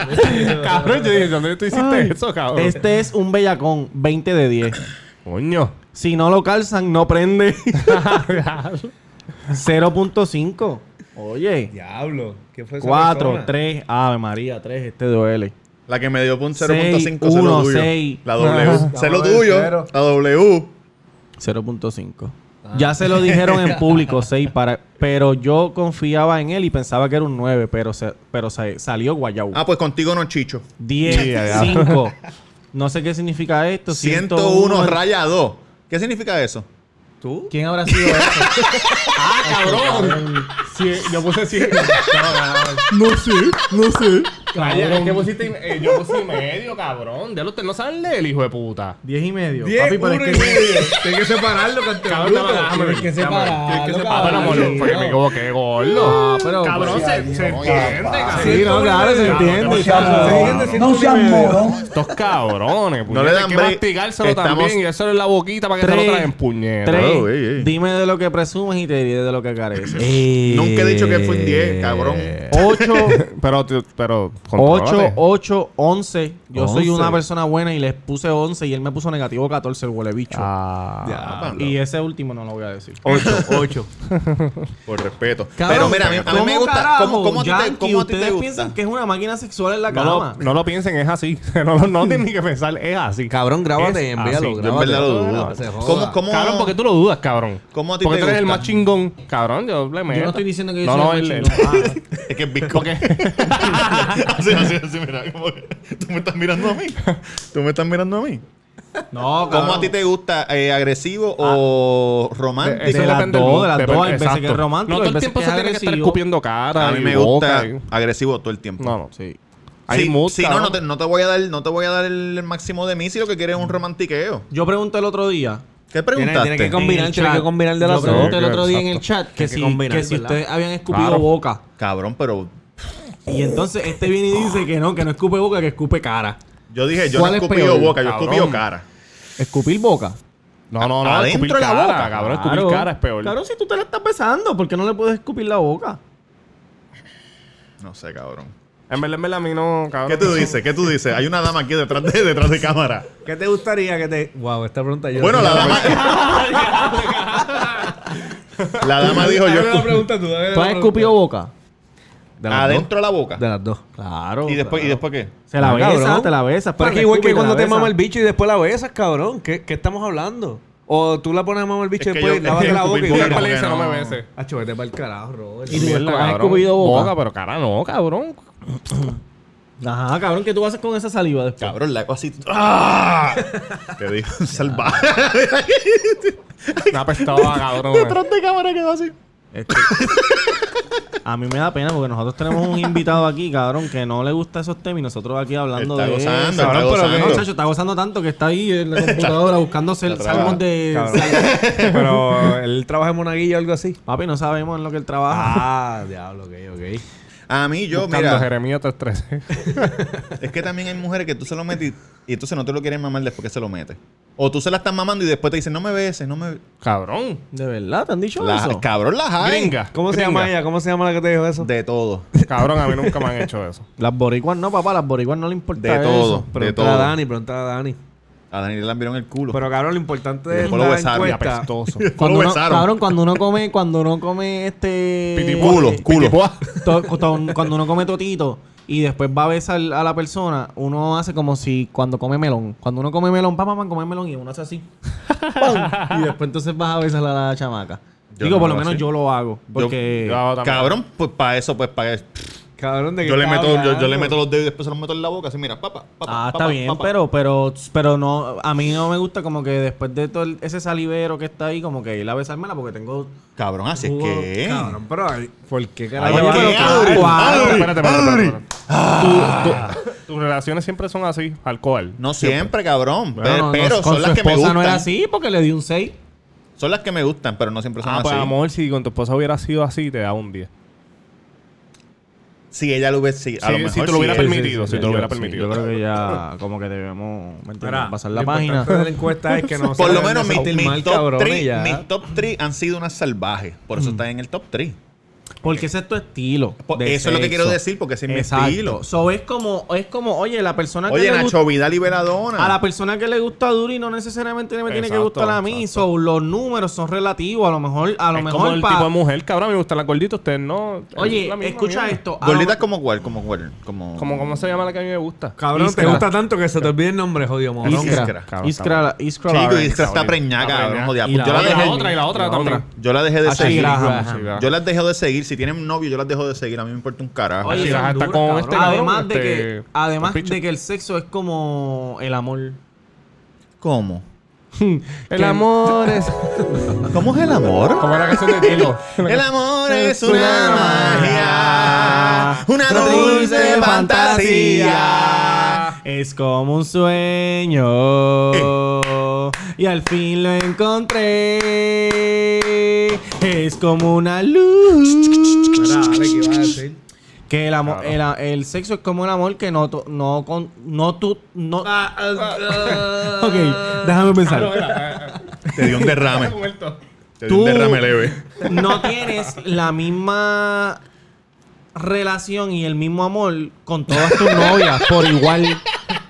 cabrón, yo dije, ¿dónde tú hiciste
Ay.
eso, cabrón?
Este es un bellacón, 20 de 10.
Coño.
Si no lo calzan, no prende. 0.5. Oye.
Diablo. ¿Qué fue esa
4,
persona?
3. Ave María, 3. Este duele.
La que me dio por un
Seis,
0.5 es lo
uno,
tuyo.
seis.
La
Ajá.
W. Sé lo
Vamos a ver,
tuyo.
cero.
La W.
0.5.
Ah.
Ya se lo dijeron en público, 6. Para, pero yo confiaba en él y pensaba que era un 9. Pero, se, pero se- salió guayau.
Ah, pues contigo no, Chicho.
10, 5. No sé qué significa esto.
101,
101
raya 2. ¿Qué significa eso?
¿Quién habrá sido eso?
Ah, ¡Cabrón! yo puse 100.
No sé, no sé.
Vaya, es que
cabrón.
pusiste. eh, yo puse y medio, cabrón. Ya lo- ustedes no saben leer, hijo de puta.
Diez y medio.
Diez,
Papi, pero es
uno
que-
y medio. Tienes que separarlo, canto
Cabrón,
bruto.
dame, dame,
Tienes que
dame.
separarlo,
Tienes que
Ah, bueno,
cabrón.
amor, porque me equivoqué, gordo.
pero,
cabrón,
pues,
se, se entiende, cabrón.
Sí, no, claro, se
Cabrón,
entiende.
demasiado.
cabrón. Se entiende, siento que me-
Estos cabrones, puñeta,
le dan
Hay que
break.
mastigárselo
Estamos-
también y dárselo en la boquita para que se
Tres.
lo traen puñeta.
Tres,
Oh, ey, ey.
Dime de lo que presumes y te diré de lo que careces. Eh.
Nunca he dicho que fue un 10, cabrón.
8,
Pero, tú- pero,
8,
contrólate.
8, 11. Yo soy
11.
una persona buena y les puse 11 y él me puso negativo 14, el huele bicho.
Ah.
y ese último no lo voy a decir.
8, 8.
Por respeto. Pero
Cabrón,
mira, a mí, a mí me
¿cómo
gusta.
carajo,
¿Cómo, cómo a ti te,
Yankee,
cómo a ti te
ustedes
gusta?
piensan que es una máquina sexual en la
No lo,
cama.
no lo piensen, es así. No, lo- no tienen ni que pensar, es así.
Cabrón, grábate,
Es
envíalo.
así. Yo
Yo en
grábatelo.
verdad lo
No
dudo.
se joda.
¿Cómo, cómo,
Cabrón, porque tú lo dudas, cabrón.
¿Cómo a ti
porque
te
tú eres el
gusta?
más chingón. Cabrón, yo le meto.
Yo no estoy diciendo que yo
no,
soy
no,
el
él-
más
él-
chingón. Ah.
Es que es bizco. así, así, así, mira. como que, tú me estás mirando a mí. Tú me estás mirando a mí.
Ah, No,
¿Cómo a ti te gusta? eh, ¿Agresivo
Ah.
o romántico?
Eh,
eso
de las
depende del
dos,
mood,
de las
depende-
dos. Hay veces
exacto.
que es romántico,
No
hay
todo el
veces
tiempo
que
se
es
tiene que estar
agresivo.
escupiendo
eh,
cara.
a mí
y
me
boca
gusta
y-
agresivo todo el tiempo.
No, no.
Sí.
Hay
Sí,
mood,
sí, no,
cabrón.
no te, no te voy a dar, no te voy a dar el máximo de mí si lo que quieres es un romantiqueo.
Yo pregunté el otro día.
¿Qué
Tiene,
preguntaste?
tiene que combinar,
el
tiene
chat.
que combinar de
Yo
las
pregunté el
dos.
otro día en el
Exacto.
chat que,
Hay que
si,
combinar,
que si
¿verdad?
ustedes habían escupido
Claro.
boca.
Cabrón, pero
Y entonces este viene y dice que no, que no escupe boca, que escupe cara.
yo dije, yo no
¿Cuál es
escupí
peor?
boca, yo
Cabrón.
escupí cara.
¿Escupir boca?
No, no, no.
Adentro
Ah, escupir
de la
cara,
boca.
Cabrón, escupir cara es peor.
Claro, si tú te la estás besando, ¿por qué no le puedes escupir la boca?
No sé, cabrón.
En verdad, en verdad, a mí no, cabrón.
¿Qué tú dices? ¿Qué tú dices? Hay una dama aquí detrás de, detrás de cámara.
¿Qué te gustaría que te.? Wow, esta pregunta yo.
Bueno, la dama. la dama dijo yo.
Dale la
escupí
pregunta tú, dale la
¿Tú has
pregunta.
escupido boca?
De las
Adentro de la boca.
dos, De las dos.
Claro.
¿Y después, ¿Y después qué?
Se la
Ah,
besas,
cabrón.
te la besas.
Pero
pa,
es que igual
escupe y
que cuando
la
te mama el
besas.
bicho y después la besas, cabrón. ¿Qué, qué estamos hablando? O tú la pones a mamar el bicho
Es
y
que
después
yo-
lávate la boca y
escupir boca
Siempre
como
tira.
le dice,
que
no me
no.
beses.
Acho, vete para el carajo, Robert.
Y tú-
Mierda,
¿Has
cabrón.
escupido boca?
pero cara no, cabrón.
Ajá, cabrón, ¿qué tú haces con esa saliva después?
Cabrón, la hago así. ¡Ah! Te dijo un salvaje.
Una apestaba, cabrón. eh.
de cámara quedó así.
A mí me da pena porque nosotros tenemos un invitado aquí, cabrón, que no le gusta esos temas y nosotros aquí hablando
Está
de.
gozando, está
Cabrón, pero
gozando.
que- No, chacho, está gozando tanto que está ahí en la computadora buscando sal- salmos de.
Cabrón. Pero él trabaja en Monaguillo o algo así.
Papi, no sabemos en lo que él trabaja.
Ah, diablo, ok, ok.
A mí yo,
Cuando
mira,
Jeremías te estrese.
es que también hay mujeres que tú se lo metes y, y entonces no te lo quieren mamar después que se lo metes. O tú se la estás mamando y después te dicen, no me beses, no me...
Cabrón.
¿De verdad? ¿Te han dicho
Las-
eso?
cabrón, las hay.
Gringa.
¿Cómo se
Gringa.
llama ella? ¿Cómo se llama la que te dijo eso?
Ah, De todo.
Cabrón, a mí nunca me han hecho eso.
Las boricuas no, papá, las boricuas no le importa.
De
eso.
todo. de
Pregunta a
todo.
Dani, pregunta a Dani.
A Daniel le vieron el culo.
Pero cabrón, lo importante de
Después lo
la
besaron y
encuesta...
Apestoso.
Cuando
Lo
uno,
besaron.
cabrón, cuando uno come, cuando uno come este.
Pitipua.
culo, culo.
to- to- cuando uno come totito y después va a besar a la persona, uno hace como si cuando come melón. Cuando uno come melón, papá, come melón y uno hace así. ¡Pam! y después entonces vas a besar a la chamaca.
Yo
Digo,
no
por lo
hago
menos
así.
yo lo hago. Porque.
yo hago también.
Cabrón, pues para eso, pues para eso.
Cabrón, ¿de qué
Yo le,
estás
meto, yo, yo le
hablando?
meto los dedos y después se los meto en la boca. Así, mira, papá, papá.
Ah, está bien, pero, pero, pero no, a mí no me gusta como que después de todo el- ese salivero que está ahí, como que ir a besármela porque tengo.
Cabrón, así es
Wow,
que.
Cabrón, pero... ay, ¿Por qué
Ay,
carajo?
Oye,
¿qué?
pero
Adri,
cuál-
Adri,
Espérate, espérate, espérate,
Adri.
espérate. Tú- tú- Tus relaciones siempre son así, alcohol.
No siempre, cabrón. Pe-
Bueno, no,
pero
no, con
son
su
las que me
esposa
gustan.
no era así porque le di un 6.
Son las que me gustan, pero no siempre son
Ah,
así.
pues amor, si con tu esposa hubiera sido así, te da un 10.
Si ella lo hubiese. a
Sí,
lo
si
mejor.
te lo hubiera
ella-
permitido, si te lo
Yo-
hubiera
sí,
permitido.
Yo creo que ya como que debemos ¿me entiendes?
Mira,
pasar la
lo
página.
importante de la encuesta es que no se
Por lo
deben
menos
de
mis
sentir
mis
mal,
top
cabrones,
3
ya.
mis top three han sido unas salvajes. Por
Mm.
eso están en el top 3.
Porque ese es tu estilo.
Por-
de
eso es lo que
sexo.
quiero decir, porque ese es mi
Exacto.
estilo.
So, es como, es como, oye, la persona
Oye,
que le gusta,
Nacho Vidal y Veradona.
a la persona que le gusta Duri no necesariamente me tiene que
Exacto,
gustar a mí.
exacto.
So, los números son relativos. A lo mejor, a lo
es
mejor
como el
pa-
tipo de mujer, cabrón. Me gustan las gorditas, ustedes no. Es la
Oye,
misma
escucha
mierda.
esto. a lo
Gorditas
mejor-
como cuál, como cuál, como.
Como, ¿Cómo se llama la que a mí me gusta?
Cabrón, te
Iscra.
gusta tanto que se te olvide el nombre, jodido morón.
Iscra.
Cabrón,
Iskra, Iskra
Chico,
Lawrence.
y esta está
cabrón.
preñada,
Está
cabrón.
preñada.
jodida. Pues
Y la
Yo la
otra,
dejé.
la otra
y la otra también.
Yo la dejé de
Ah, sí,
seguir.
Graham.
Ajá. Yo las dejé de seguir. Si tienen novio, yo las dejo de seguir. A mí me importa un carajo.
Oye,
Así
son
las está
duras,
con
cabrón.
este
además
cabrón,
de que,
este-
además
con Pichu.
de que el sexo es como el amor.
¿Cómo?
El amor es.
¿Cómo es el amor?
Como la canción de Tilo.
El amor es una magia fantasía, una dulce fantasía.
Es como un sueño.
Eh.
Y al fin lo encontré. Es como una luz.
Mira, Ale, ¿qué iba a decir?
Que el, amor, el, a- el sexo es como un amor que no tu- no con, no tú no.
Ah.
ok, déjame pensar.
Te dio un derrame. Te dio
Tú-
un derrame leve.
No tienes la misma relación y el mismo amor con todas tus novias por igual.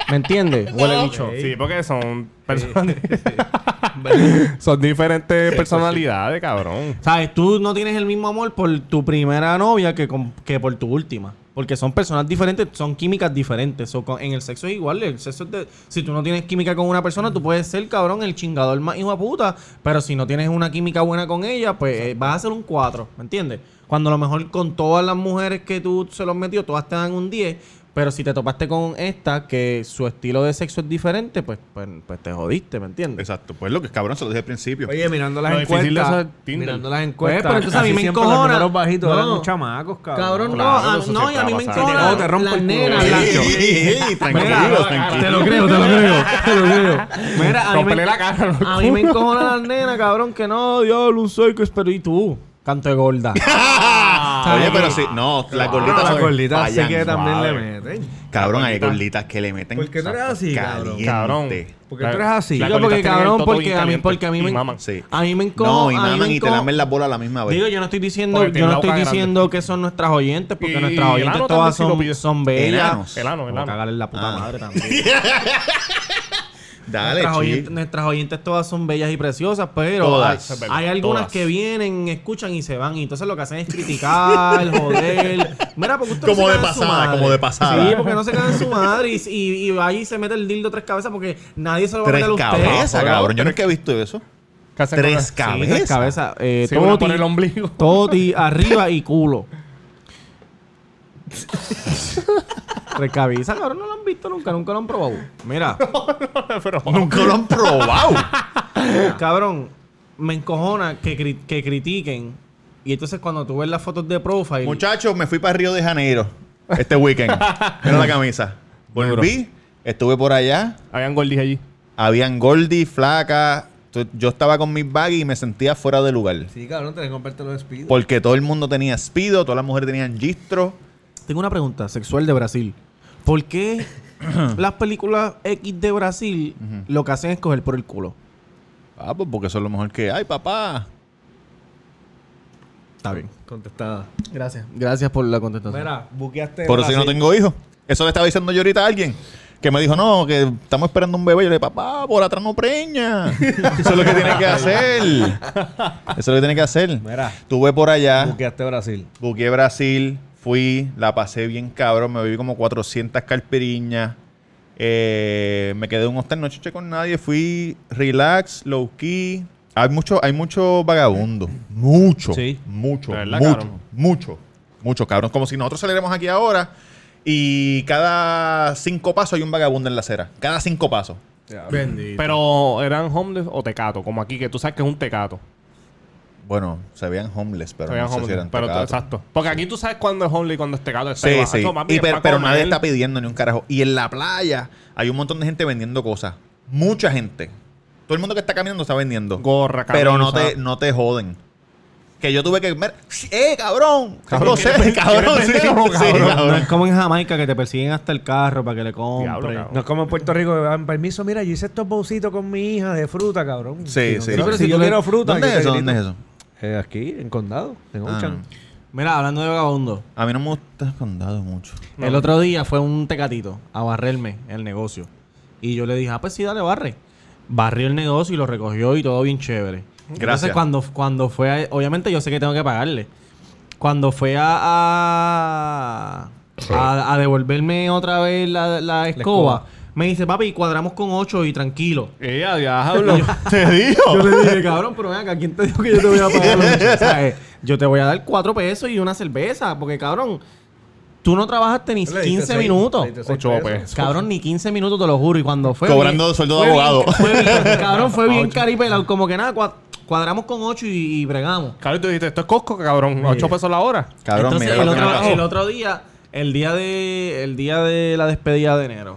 ¿Me entiendes? Huele bicho.
Sí, porque son personas. son diferentes personalidades, cabrón.
Sabes, tú no tienes el mismo amor por tu primera novia que, con- que por tu última. Porque son personas diferentes, son químicas diferentes. So, con- en el sexo es igual. El sexo es de- si tú no tienes química con una persona, tú puedes ser, cabrón, el chingador más hijo de puta. Pero si no tienes una química buena con ella, pues eh, vas a ser un 4. ¿Me entiendes? Cuando a lo mejor con todas las mujeres que tú se los metió, todas te dan un 10. Pero si te topaste con esta, que su estilo de sexo es diferente, pues, pues, pues te jodiste, ¿me entiendes?
Exacto. Pues lo que es cabrón, se lo dije al principio.
Oye, mirando las
Lo difícil de
encuestas. Pues,
hacer Tinder.
Mirando las encuestas.
pero entonces Pues, a mí
casi
me
siempre los
encojona.
números bajitos eran
No.
los chamacos, cabrón.
Cabrón, no,
Claro,
a-
eso
no, y
siempre
a mí
va
me
a pasar.
encojona.
No, te rompo
las
el culo.
nenas,
Ey,
las-
ey, ey, tranquilos, tranquilos.
Te lo creo, te lo creo, te lo creo. Mira, a mí,
Rompele
me,
la cara. loco.
a mí me encojona las nenas, cabrón, que no, diablo, un psycho, pero ¿y tú? Canto de gorda.
Oye, pero sí. No, las gorditas
Las
son-
gorditas sé
fallan
que también le
suave.
meten.
Cabrón, hay gorditas que le meten.
¿Por qué tú eres
saco
así, cabrón?
caliente.
Cabrón.
Porque tú eres así.
Las
Digo,
colitas
porque,
tienen el
cabrón,
toto
porque
bien
a mí-
caliente
porque a mí
y
me-
maman.
Sí.
A mí me encojo.
No, y
a mí me
maman y te
encojo-
lamen las bolas a la misma vez.
Digo, yo no estoy diciendo,
Porque tiene
yo no
la boca
estoy diciendo que son nuestras oyentes, porque
Y-
nuestras
y
oyentes
enano también
todas
si lo
son,
pides.
son bellas.
Enanos.
El ano, el
Vamos a
ano.
cagarle en la puta
Ah.
madre también.
Dale,
Nuestras
chi.
oyentes, nuestras oyentes todas son bellas y preciosas, pero
Todas.
hay, hay algunas
Todas.
que vienen, escuchan y se van. Y entonces lo que hacen es criticar, joder. Mira, porque usted no
Como
se
de
caga en su
pasada,
madre.
como de pasada.
Sí, porque no se cagan en su madre. Y, y, y ahí se mete el dildo tres cabezas porque nadie se lo va a
Tres
meter a usted.
cabezas, cabrón. Yo nunca he visto eso.
¿Qué hacen con
Tres
las-
Sí, tres
cabezas.
cabezas. Eh,
Sí, uno
toti,
por el ombligo.
toti, arriba y culo. tres cabezas, cabrón. No lo han visto nunca, nunca lo han probado. Mira.
Pero-
Nunca lo han probado.
Cabrón, me encojona que, cri- que critiquen. Y entonces cuando tú ves las fotos de profile...
Muchachos, me fui para Río de Janeiro este weekend. Mira la camisa. Volví, estuve por allá.
Habían gordis allí.
Habían Goldie, Flaca. Tu- Yo estaba con mis baggy y me sentía fuera de lugar.
Sí, cabrón, tenés que comprarte los speed.
Porque todo el mundo tenía Speedo, todas las mujeres tenían Gistro.
Tengo una pregunta sexual de Brasil. ¿Por qué las películas X de Brasil lo que hacen es coger por el culo?
Ah, pues porque eso es lo mejor que hay, papá.
Está bien.
Contestada.
Gracias. Gracias por la contestación.
Mira, buqueaste.
Por eso yo no
Brasil.
tengo hijos. Eso le estaba diciendo yo ahorita a alguien. Que me dijo, no, que estamos esperando un bebé. Yo le dije, papá, por atrás no preña. Eso es lo que tiene que hacer. Eso es lo que tiene que hacer.
Mira.
Estuve por allá,
Buqueaste Brasil.
buqueé Brasil, fui, la pasé bien cabrón. Me bebí como 400 carpiriñas. Eh, me quedé en un hostel, no chuché con nadie. Fui relax, low key. Hay mucho, hay mucho vagabundo. Mucho.
Sí.
Mucho.
De verdad,
mucho.
cabrón.
Mucho. Mucho, cabrón. Como si nosotros saliéramos aquí ahora y cada cinco pasos hay un vagabundo en la acera. Cada cinco pasos.
Bendito.
Pero eran homeless o tecato, como aquí, que tú sabes que es un tecato.
Bueno, se veían homeless, pero
Se veían
no sé si
homeless,
eran
pero
tecatos.
exacto. Porque aquí tú sabes cuándo es homeless y cuándo es tecato. Está
Sí,
igual.
sí.
Eso, papi,
Y
es
per-
pa'
pero
comer.
nadie está pidiendo ni un carajo. Y en la playa hay un montón de gente vendiendo cosas. Mucha gente. Todo el mundo que está caminando está vendiendo.
Gorra,
pero no
camisa.
te, no te joden. Que yo tuve que... ver- ¡Eh, cabrón! No sé, cabrón.
quieres
Sí,
vender o
sí,
cabrón?
cabrón.
Eh, No es como en Jamaica que te persiguen hasta el carro para que le compre.
cabrón.
No es como en Puerto Rico, que dan permiso, mira, yo hice estos bolsitos con mi hija de fruta, cabrón.
Sí, sí.
Si, no quiero-
Pero
si
si
yo
tú le-
quiero fruta,
¿Dónde
yo
es
te
eso?
grito.
¿Dónde es eso?
Eh, aquí, en Condado, en
Ah,
Ochan.
Mira, hablando de vagabundo.
A mí no me gusta el condado mucho.
El otro día fue un tecatito a barrerme el negocio. Y yo le dije, ah, pues sí, dale, barre. Barrió el negocio y lo recogió y todo bien chévere.
Gracias.
Entonces, cuando, cuando fue, a- obviamente yo sé que tengo que pagarle. Cuando fue a, a, a, a devolverme otra vez la, la escoba,
escoba.
me dice, papi, cuadramos con ocho y tranquilo.
Eh, a diablo.
¿Te
Yo
digo?
le dije, cabrón, pero ven acá, ¿quién te dijo que yo te voy a pagar los ocho? O sea, eh, Yo te voy a dar cuatro pesos y una cerveza, porque cabrón, tú no trabajaste ni
Le diste
15
seis-
minutos.
le diste seis
Ocho
pesos.
pesos.
Cabrón, ni 15 minutos, te lo juro. Y cuando fue.
Cobrando sueldo de
fue
abogado.
bien- fue bien- cabrón, fue bien caripelado. Como que nada, cua- cuadramos con 8 y, y bregamos.
Cabrón, tú dijiste, esto es Costco, cabrón. Ocho pesos la hora.
Cabrón,
Entonces,
mira
el
lo que me
otro,
pasó.
el otro día el día de el día de la despedida de enero.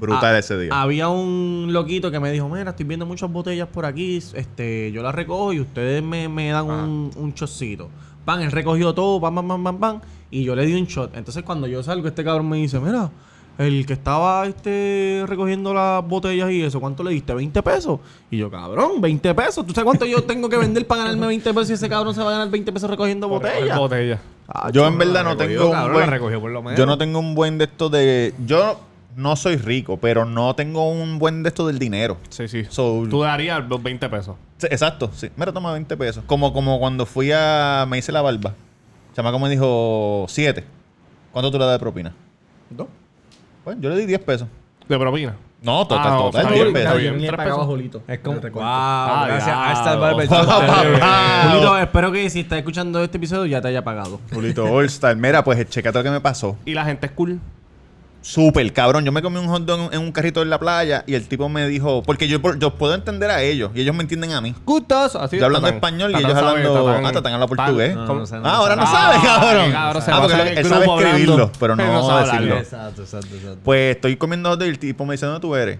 Brutal
Ah,
ese día.
Había un loquito que me dijo, mira, estoy viendo muchas botellas por aquí, este, yo las recojo y ustedes me, me
Ah.
dan un, un chocito. Pan, él recogió todo, pam, pam, pam, pam, pam, y yo le di un shot. Entonces cuando yo salgo, este cabrón me dice, mira, el que estaba este, recogiendo las botellas y eso, ¿cuánto le diste? ¿20 pesos? Y yo, cabrón, 20 pesos. ¿Tú sabes cuánto yo tengo que vender para ganarme 20 pesos y ese cabrón se va a ganar 20 pesos recogiendo botellas?
Botella.
Ah,
Yo en verdad no
recogió,
tengo un
cabrón, la
buen...
recogió por lo menos.
Yo no tengo un buen de esto de... Yo no soy rico, pero no tengo un buen de esto del dinero.
Sí, sí.
So-
Tú darías los 20 pesos.
Sí, Exacto, sí. Mira, toma 20 pesos. Como, como cuando fui a... Me hice la barba. Chamaco me dijo 7. ¿Cuánto tú le das de propina?
Dos.
Bueno, yo le di 10 pesos.
De propina.
No, total,
Ah,
total,
está
10
bien,
pesos.
está bien.
Yo ni le
Tres
pagaba a
pesos.
Jolito.
Es como.
el
¡Wow!
recuerdo.
gracias
diablo.
a esta barber
Wow, wow,
Julito,
wow.
espero que si estás escuchando este episodio ya te haya pagado.
Julito Allstar. Mira, pues checate lo que me pasó.
Y la gente es cool.
Súper, cabrón. Yo me comí un hot dog en- en un carrito en la playa y el tipo me dijo... Porque yo, por- yo puedo entender a ellos y ellos me entienden a mí.
Gustos. Así
Yo hablando
Tatán.
español y
Tatán
ellos
sabe,
hablando-
Tatán-
ah, Tatán habla
Pan-
portugués.
No,
¿Cómo?
no sé.
No,
Ah, ahora no
Ah,
sabe, cabrón.
cabrón, se
ah,
va
porque
a
lo- él
saber el
sabe
grupo
escribirlo,
hablando,
pero no,
pero no sabe
decirlo.
hablarlo.
Exacto, exacto, exacto.
Pues estoy comiendo hot dog y el tipo me dice, ¿dónde tú eres?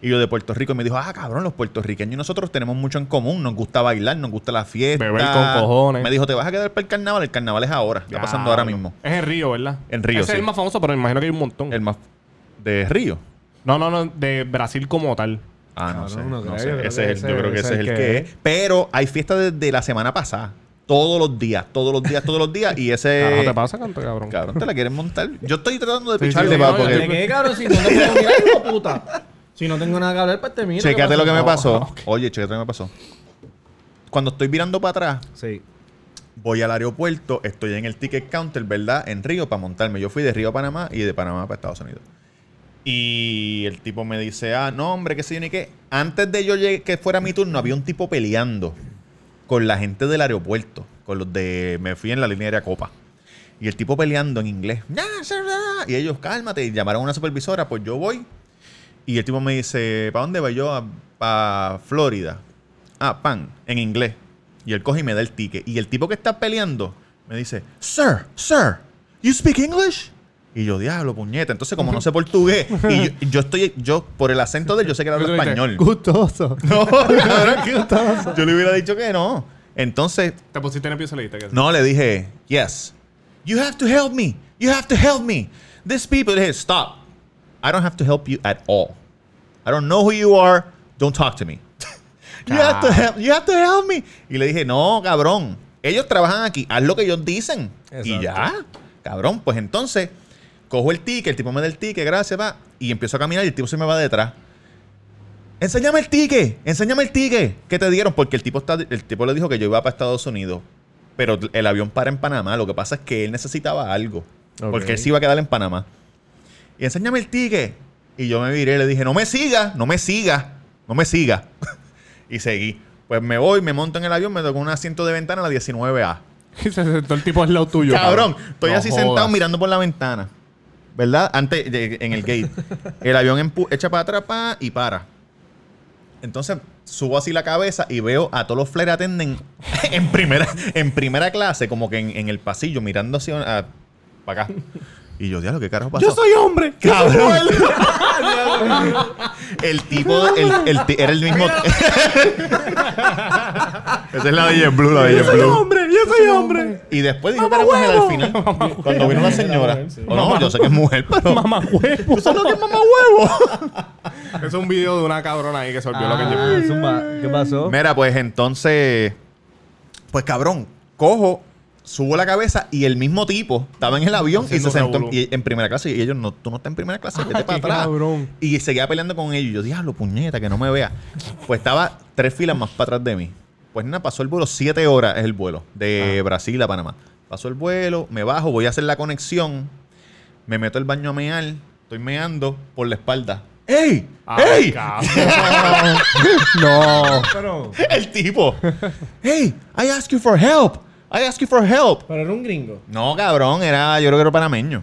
Y yo de Puerto Rico. Y me dijo, ah, cabrón, los puertorriqueños y nosotros tenemos mucho en común. Nos gusta bailar, nos gusta la fiesta.
Beber con cojones.
Me dijo, ¿te vas a quedar para el carnaval? El carnaval es ahora. Está pasando ahora
Diablo.
mismo.
Es en Río, ¿verdad?
En Río,
Ese
sí.
es el más famoso, pero me imagino que hay un montón.
El más... De Río.
No, no, no. De Brasil como tal.
Ah, no
Cabrón,
sé.
no
no
creo,
sé.
yo creo
Ese
que
es el- Yo creo que ese es el que es. Pero hay fiestas desde la semana pasada. Todos los días, todos los días, todos los días. Y
Carajo,
ese...
te pasa, canto, cabrón?
Cabrón, te la quieren montar. Yo estoy tratando de
Sí, sí,
picharle,
sí,
pa,
no, yo
Ah, porque...
¿De qué, cabrón? Si no te puedo mirar, hijo de puta. Si no tengo nada que hablar, pues te miro. ¿qué
Checate
pasa?
lo que me
No.
pasó. Oye, checate lo que me pasó. Cuando estoy mirando para atrás,
Sí.
voy al aeropuerto, estoy en el ticket counter, ¿verdad? En Río para montarme. Yo fui de Río a Panamá y de Panamá para Estados Unidos. Y el tipo me dice, ah, no, hombre, qué sé yo ni qué. Antes de yo llegue- que fuera mi turno, había un tipo peleando con la gente del aeropuerto, con los de... Me fui en la línea aérea Copa. Y el tipo peleando en inglés. Y ellos, cálmate. Y llamaron a una supervisora, pues yo voy. Y el tipo me dice, ¿para dónde voy yo? "A- Para Florida. Ah, pan, en inglés. Y él coge y me da el ticket. Y el tipo que está peleando me dice, Sir, sir, you speak English? Y yo, diablo, puñeta. Entonces, como no sé portugués, y yo, y yo estoy, yo, por el acento de él, yo sé que él habla español.
Gustoso.
No, cabrón, yo le hubiera dicho que no. Entonces,
Te pusiste en el pie solista. que-
no, le dije, yes. You have to help me. You have to help me. These people, le dije, stop. I don't have to help you at all. I don't know who you are. Don't talk to me. you, have to help, you have to help me. Y le dije, no, cabrón. Ellos trabajan aquí. Haz lo que ellos dicen. Y
Exacto.
ya. Cabrón, pues entonces cojo el ticket, el tipo me da el ticket, gracias, va. Y empiezo a caminar y el tipo se me va detrás. Enséñame el ticket, enséñame el ticket que te dieron, porque el tipo está, el tipo le dijo que yo iba para Estados Unidos, pero el avión para en Panamá. Lo que pasa es que él necesitaba algo,
Ok.
porque él se iba a quedar en Panamá. Y enséñame el ticket. Y yo me viré y le dije, no me siga, no me siga, no me siga. y seguí. Pues me voy, me monto en el avión, me tocó un asiento de ventana en la 19A.
Y se sentó el tipo al lado tuyo.
Cabrón, estoy
No
así
jodas.
sentado mirando por la ventana. ¿Verdad? Antes, de- en el gate. El avión empu- echa para atrás pa, y para. Entonces subo así la cabeza y veo a todos los flight attendants en primera, en primera clase, como que en, en el pasillo, mirando así a- para acá. Y yo, diablo, ¿qué carajo pasó?
hombre!
¡Cabrón! el tipo, el, el ti- era el mismo. Esa es la de JetBlue, la de JetBlue.
¡Yo soy hombre!
Y después dijo que era mujer al final. Cuando vino la señora. O no, yo sé que es mujer, pero.
¡Mamá huevo!
¿Tú sabes lo que es mamá huevo?
Es un video de una cabrona ahí que se olvidó lo que llevó.
Ah, zumba. ¿Qué pasó?
Mira, pues entonces. Pues cabrón, cojo, subo la cabeza y el mismo tipo estaba en el avión y
Haciendo
se sentó en,
revolú.
y- en primera clase. Y ellos, no, tú no estás en primera clase, vete
Ay,
para
qué
atrás.
cabrón.
Y seguía peleando con ellos. Y yo, diablo, puñeta, que no me vea. Pues estaba tres filas más para atrás de mí. Pues nada, pasó el vuelo, siete horas es el vuelo, de
Ah.
Brasil a Panamá. Pasó el vuelo, me bajo, voy a hacer la conexión. Me meto al baño a mear, estoy meando por la espalda. ¡Ey! ¡Ey!
¡No!
Pero,
El tipo. Hey, I ask you for help. I ask you for help.
Pero era un gringo.
No, cabrón, era yo creo que era panameño.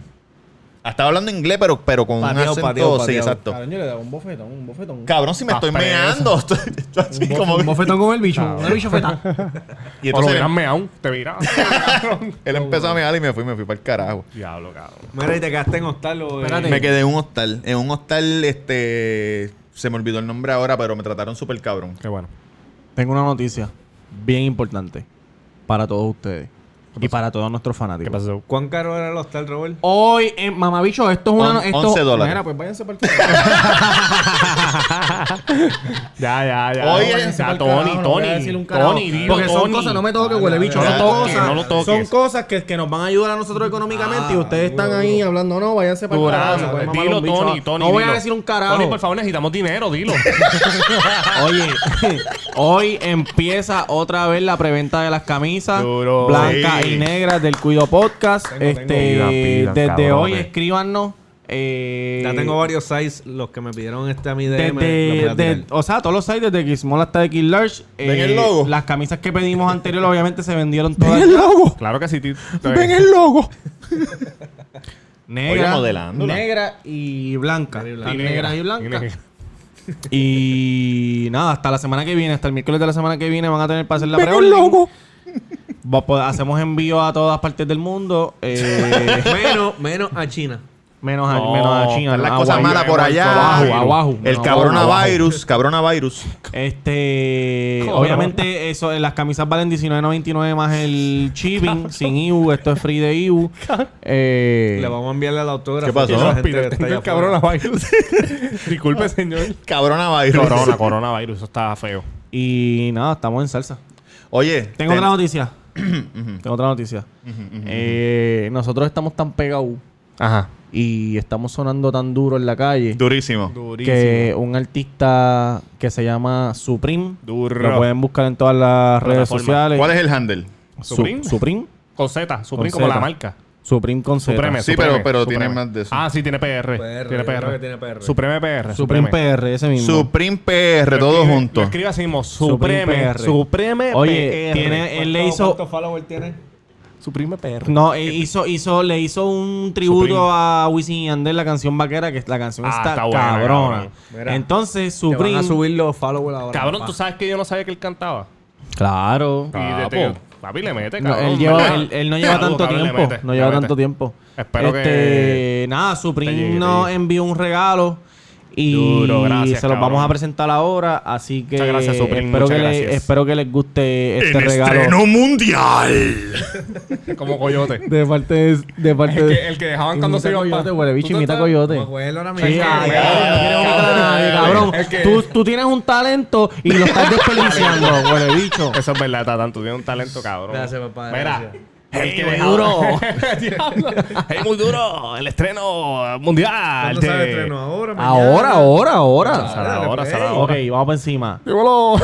Estaba hablando inglés, pero, pero con un
Pateado,
acento.
pateado,
Sí,
pateado.
exacto.
Cabrón, yo le daba un bofetón, un bofetón.
Cabrón, si me estoy
Papel.
meando. Estoy, yo así
Un bo-
como-
un bofetón con el bicho. Una bichofeta.
y
o lo
entonces
hubieran
él,
meado, te mira.
él empezó a mear y me fui, me fui para el carajo.
Diablo, cabrón.
Mira, y te quedaste en hostal. o de-
Espérate.
Me quedé en un hostal. En un hostal, este. Se me olvidó el nombre ahora, pero me trataron súper cabrón.
Qué bueno.
Tengo una noticia bien importante para todos ustedes y para todos nuestros
¿Qué
fanáticos.
pasó?
¿Cuán caro era el hostal, Robert?
Hoy,
eh,
en mamabicho, esto es
On-
una. Esto,
11 dólares.
Mira, pues váyanse para el
Ya, ya, ya.
Oye,
Váyanse
ese
pa'l
Al carajo, no
Tony,
voy a
Tony.
decir un carajo.
Tony, dilo,
Porque son
Tony.
cosas, no me toques que huele bicho.
No
Son
lo toques,
cosas-
no lo toques.
Son cosas que, que nos van a ayudar a nosotros económicamente y ustedes están ahí hablando, no, váyanse para el
Durado,
carajo, se pueden mamar
pues, dilo,
un bicho.
Tony, Tony.
no voy a
dilo.
decir un carajo.
Tony, por favor, necesitamos dinero, dilo.
Oye, hoy empieza otra vez la preventa de las camisas
Duro.
blancas
Sí.
y negras del Cuido Podcast. este,
Pidan, pidan,
desde hoy
cabrones.
escríbanos. eh,
Ya tengo varios size, los que me pidieron este a mi
desde-
DM. los voy a
de-
tirar.
o sea, todos los sites de Gizmola hasta de Kill Large. eh,
¿Ven el logo?
Las camisas que pedimos anterior, obviamente, se vendieron todas. ¡Ven el logo!
claro que sí. ti-
el logo!
Oye,
Negra,
modelándola.
Negra y blanca.
Y
Y negra y
y
blanca.
negra.
Y nada, hasta la semana que viene, hasta el miércoles de la semana que viene van a tener para hacer la pre loco. Hacemos envío a todas partes del mundo. eh,
menos, menos a China.
menos, a,
No,
menos a China.
Están las
a
cosas
Guay-
malas por
aguayo,
allá.
aguayo,
aguajo.
El
No,
cabronavirus. Cabronavirus.
Este,
Cabrón.
obviamente, eso, eh, las camisas valen 19.99 más el shipping sin IVU. Esto es free de IVU. Eh,
Le vamos a enviarle al autógrafo.
¿Qué pasó?
que la gente
Pide-
que está
tengo
allá
el cabrón
afuera.
virus. Disculpe, señor.
Cabronavirus.
Corona, coronavirus, eso está feo.
y nada, estamos en salsa.
Oye.
Tengo
ten-
otra noticia. Tengo otra noticia. Eh, nosotros estamos tan pegados
Ajá.
y estamos sonando tan duro en la calle
Durísimo.
que un artista que se llama Supreme
Duro.
lo pueden buscar en todas las redes
Plataforma.
sociales.
¿Cuál es el handle?
Su-
Supreme?
Supreme.
Con Z, Supreme
Con
como la
Z.
marca.
Supreme con Z.
Supreme,
Sí,
Supreme,
pero- pero
Supreme.
tiene más de eso.
Ah, sí, tiene PR.
PR,
tiene
yo creo
PR.
que tiene PR.
Supreme PR.
Supreme PR, ese mismo.
Supreme PR, todo
Escribe-
junto.
lo Escribe así mismo.
Supreme
Supreme.
PR.
Supreme
Oye,
PR.
tiene, él le hizo.
¿Cuántos followers tiene?
Supreme PR.
No, eh, hizo, hizo, le hizo un tributo
Supreme.
a Wisin y Yandel, la canción vaquera, que la canción
Ah,
está,
está buena,
cabrona.
cabrón.
Mira.
Entonces,
Te van
Supreme.
a subir los followers ahora.
Cabrón,
papá.
tú sabes que yo no sabía que él cantaba.
Claro.
Y de te- papi, le mete,
No,
cabrón.
él, lleva,
¿verdad?
él, él no lleva
Saludos,
tanto
cabrón, le
tiempo.
mete,
no
le
lleva
mete.
tanto tiempo.
Espero
este,
que
Nada,
te llegue,
Supreme
te
nos
llegue.
envió un regalo. Y
Duro, gracias,
se los
cabrón.
vamos a presentar ahora. Así que.
Muchas gracias, Supreme,
Espero,
muchas
que le-
gracias.
espero que les guste este
En
regalo.
estreno mundial.
Como coyote.
De parte de. de parte
el,
de-
que, el que dejaban cuando se iba
Imita
pa-
coyote, huele bicho,
¿Tú te
imita
estás-
coyote.
Como abuelo ahora mismo.
Sí, cabrón,
Cabrón,
no quiero imitar a nadie, cabrón.
Es que-
Tú, tú tienes un talento y lo estás desperdiciando, huele bicho.
Eso es verdad, Tatán. Tú tienes un talento, cabrón.
Gracias, papá,
Mira.
gracias.
El que
muy
dejaba-
duro.
Diablo. es muy duro. El estreno mundial.
¿Cuándo
de-
sale el estreno? ¿Ahora? mañana?
Ahora, ahora, ahora.
Sale ahora,
pues.
Dale,
sale
play.
Ok,
ahora.
vamos para encima.
Dígalo.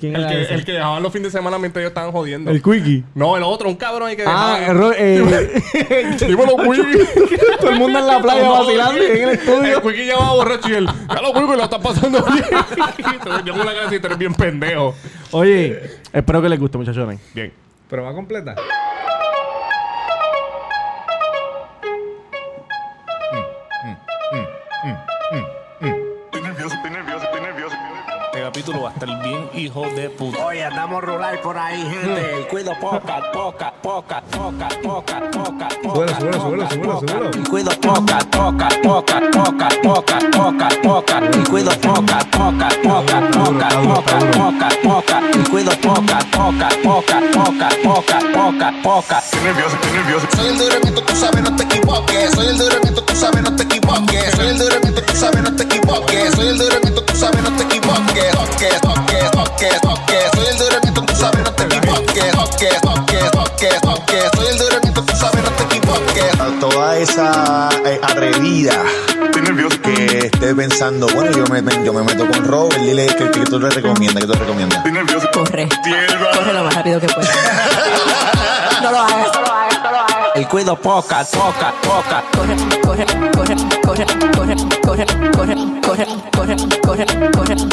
¿Quién
El
era
que,
ese?
el que dejaban los fines de semana mientras ellos estaban jodiendo.
El Quickie.
No, el otro, un cabrón ahí que
Ah,
dejaba.
error. Eh,
Dímelo, Quickie.
todo el mundo en la playa vacilando y en el
El
estudio.
Quickie llevaba borracho y él, ya lo Quickie, lo está pasando bien. Entonces, yo con la cara así, tú eres bien pendejo.
Oye, espero que les guste, muchachones.
Bien.
Pero va completa.
Este capítulo va a estar bien hijo de puta. Mm.
Oye, andamos rural por ahí, gente. El cuido poca, poca, poca, poca, poca, poca,
Súbelo,
poca.
súbelo, súbelo, súbelo, súbelo.
El cuido poca, poca, poca, poca, poca, poca, poca. El cuido poca, poca, poca, poca, poca, poca, poca. El cuido poca, poca, poca, poca, poca, poca, poca.
Soy el duramiento, tú sabes, no te equivoques. Soy el duramiento, tú sabes, no te equivoques. Soy el duramiento, tú sabes, no te equivoques. Soy el duramiento, tú sabes, no te equivoques. Toques, toques, toques, toques. Soy el duramiento, tú sabes, no te equivoques. Toques, toques, toques, toques. Soy el duramiento, tú sabes, no te equivoques.
a toda esa eh, atrevida que esté pensando, bueno, yo me, me- yo me meto con Robert, dile que, que tú le recomiendas, que tú le recomiendas.
Corre. Corre lo más rápido que puedas. No lo hagas, no lo hagas, no lo hagas. El cuido poca, poca, poca. Corre, corre, corre, corre, corre, corre, corre, corre, corre, corre, corre, corre,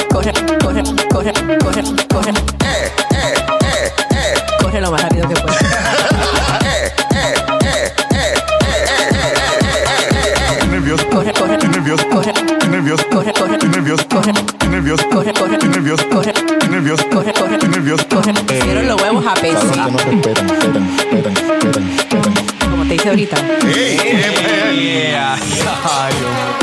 corre, corre, corre, corre. Corre lo más rápido que puedas.
nervioso, corre, corre, estoy nervioso, corre, estoy nervioso, corre, corre, estoy nervioso, corre, estoy nervioso, corre, corre, estoy nervioso, corre.
Hicieron los huevos a
Cabrón, que
peso.
Eh, no respetan, respetan, respetan, respetan, respetan.
Como te hice ahorita.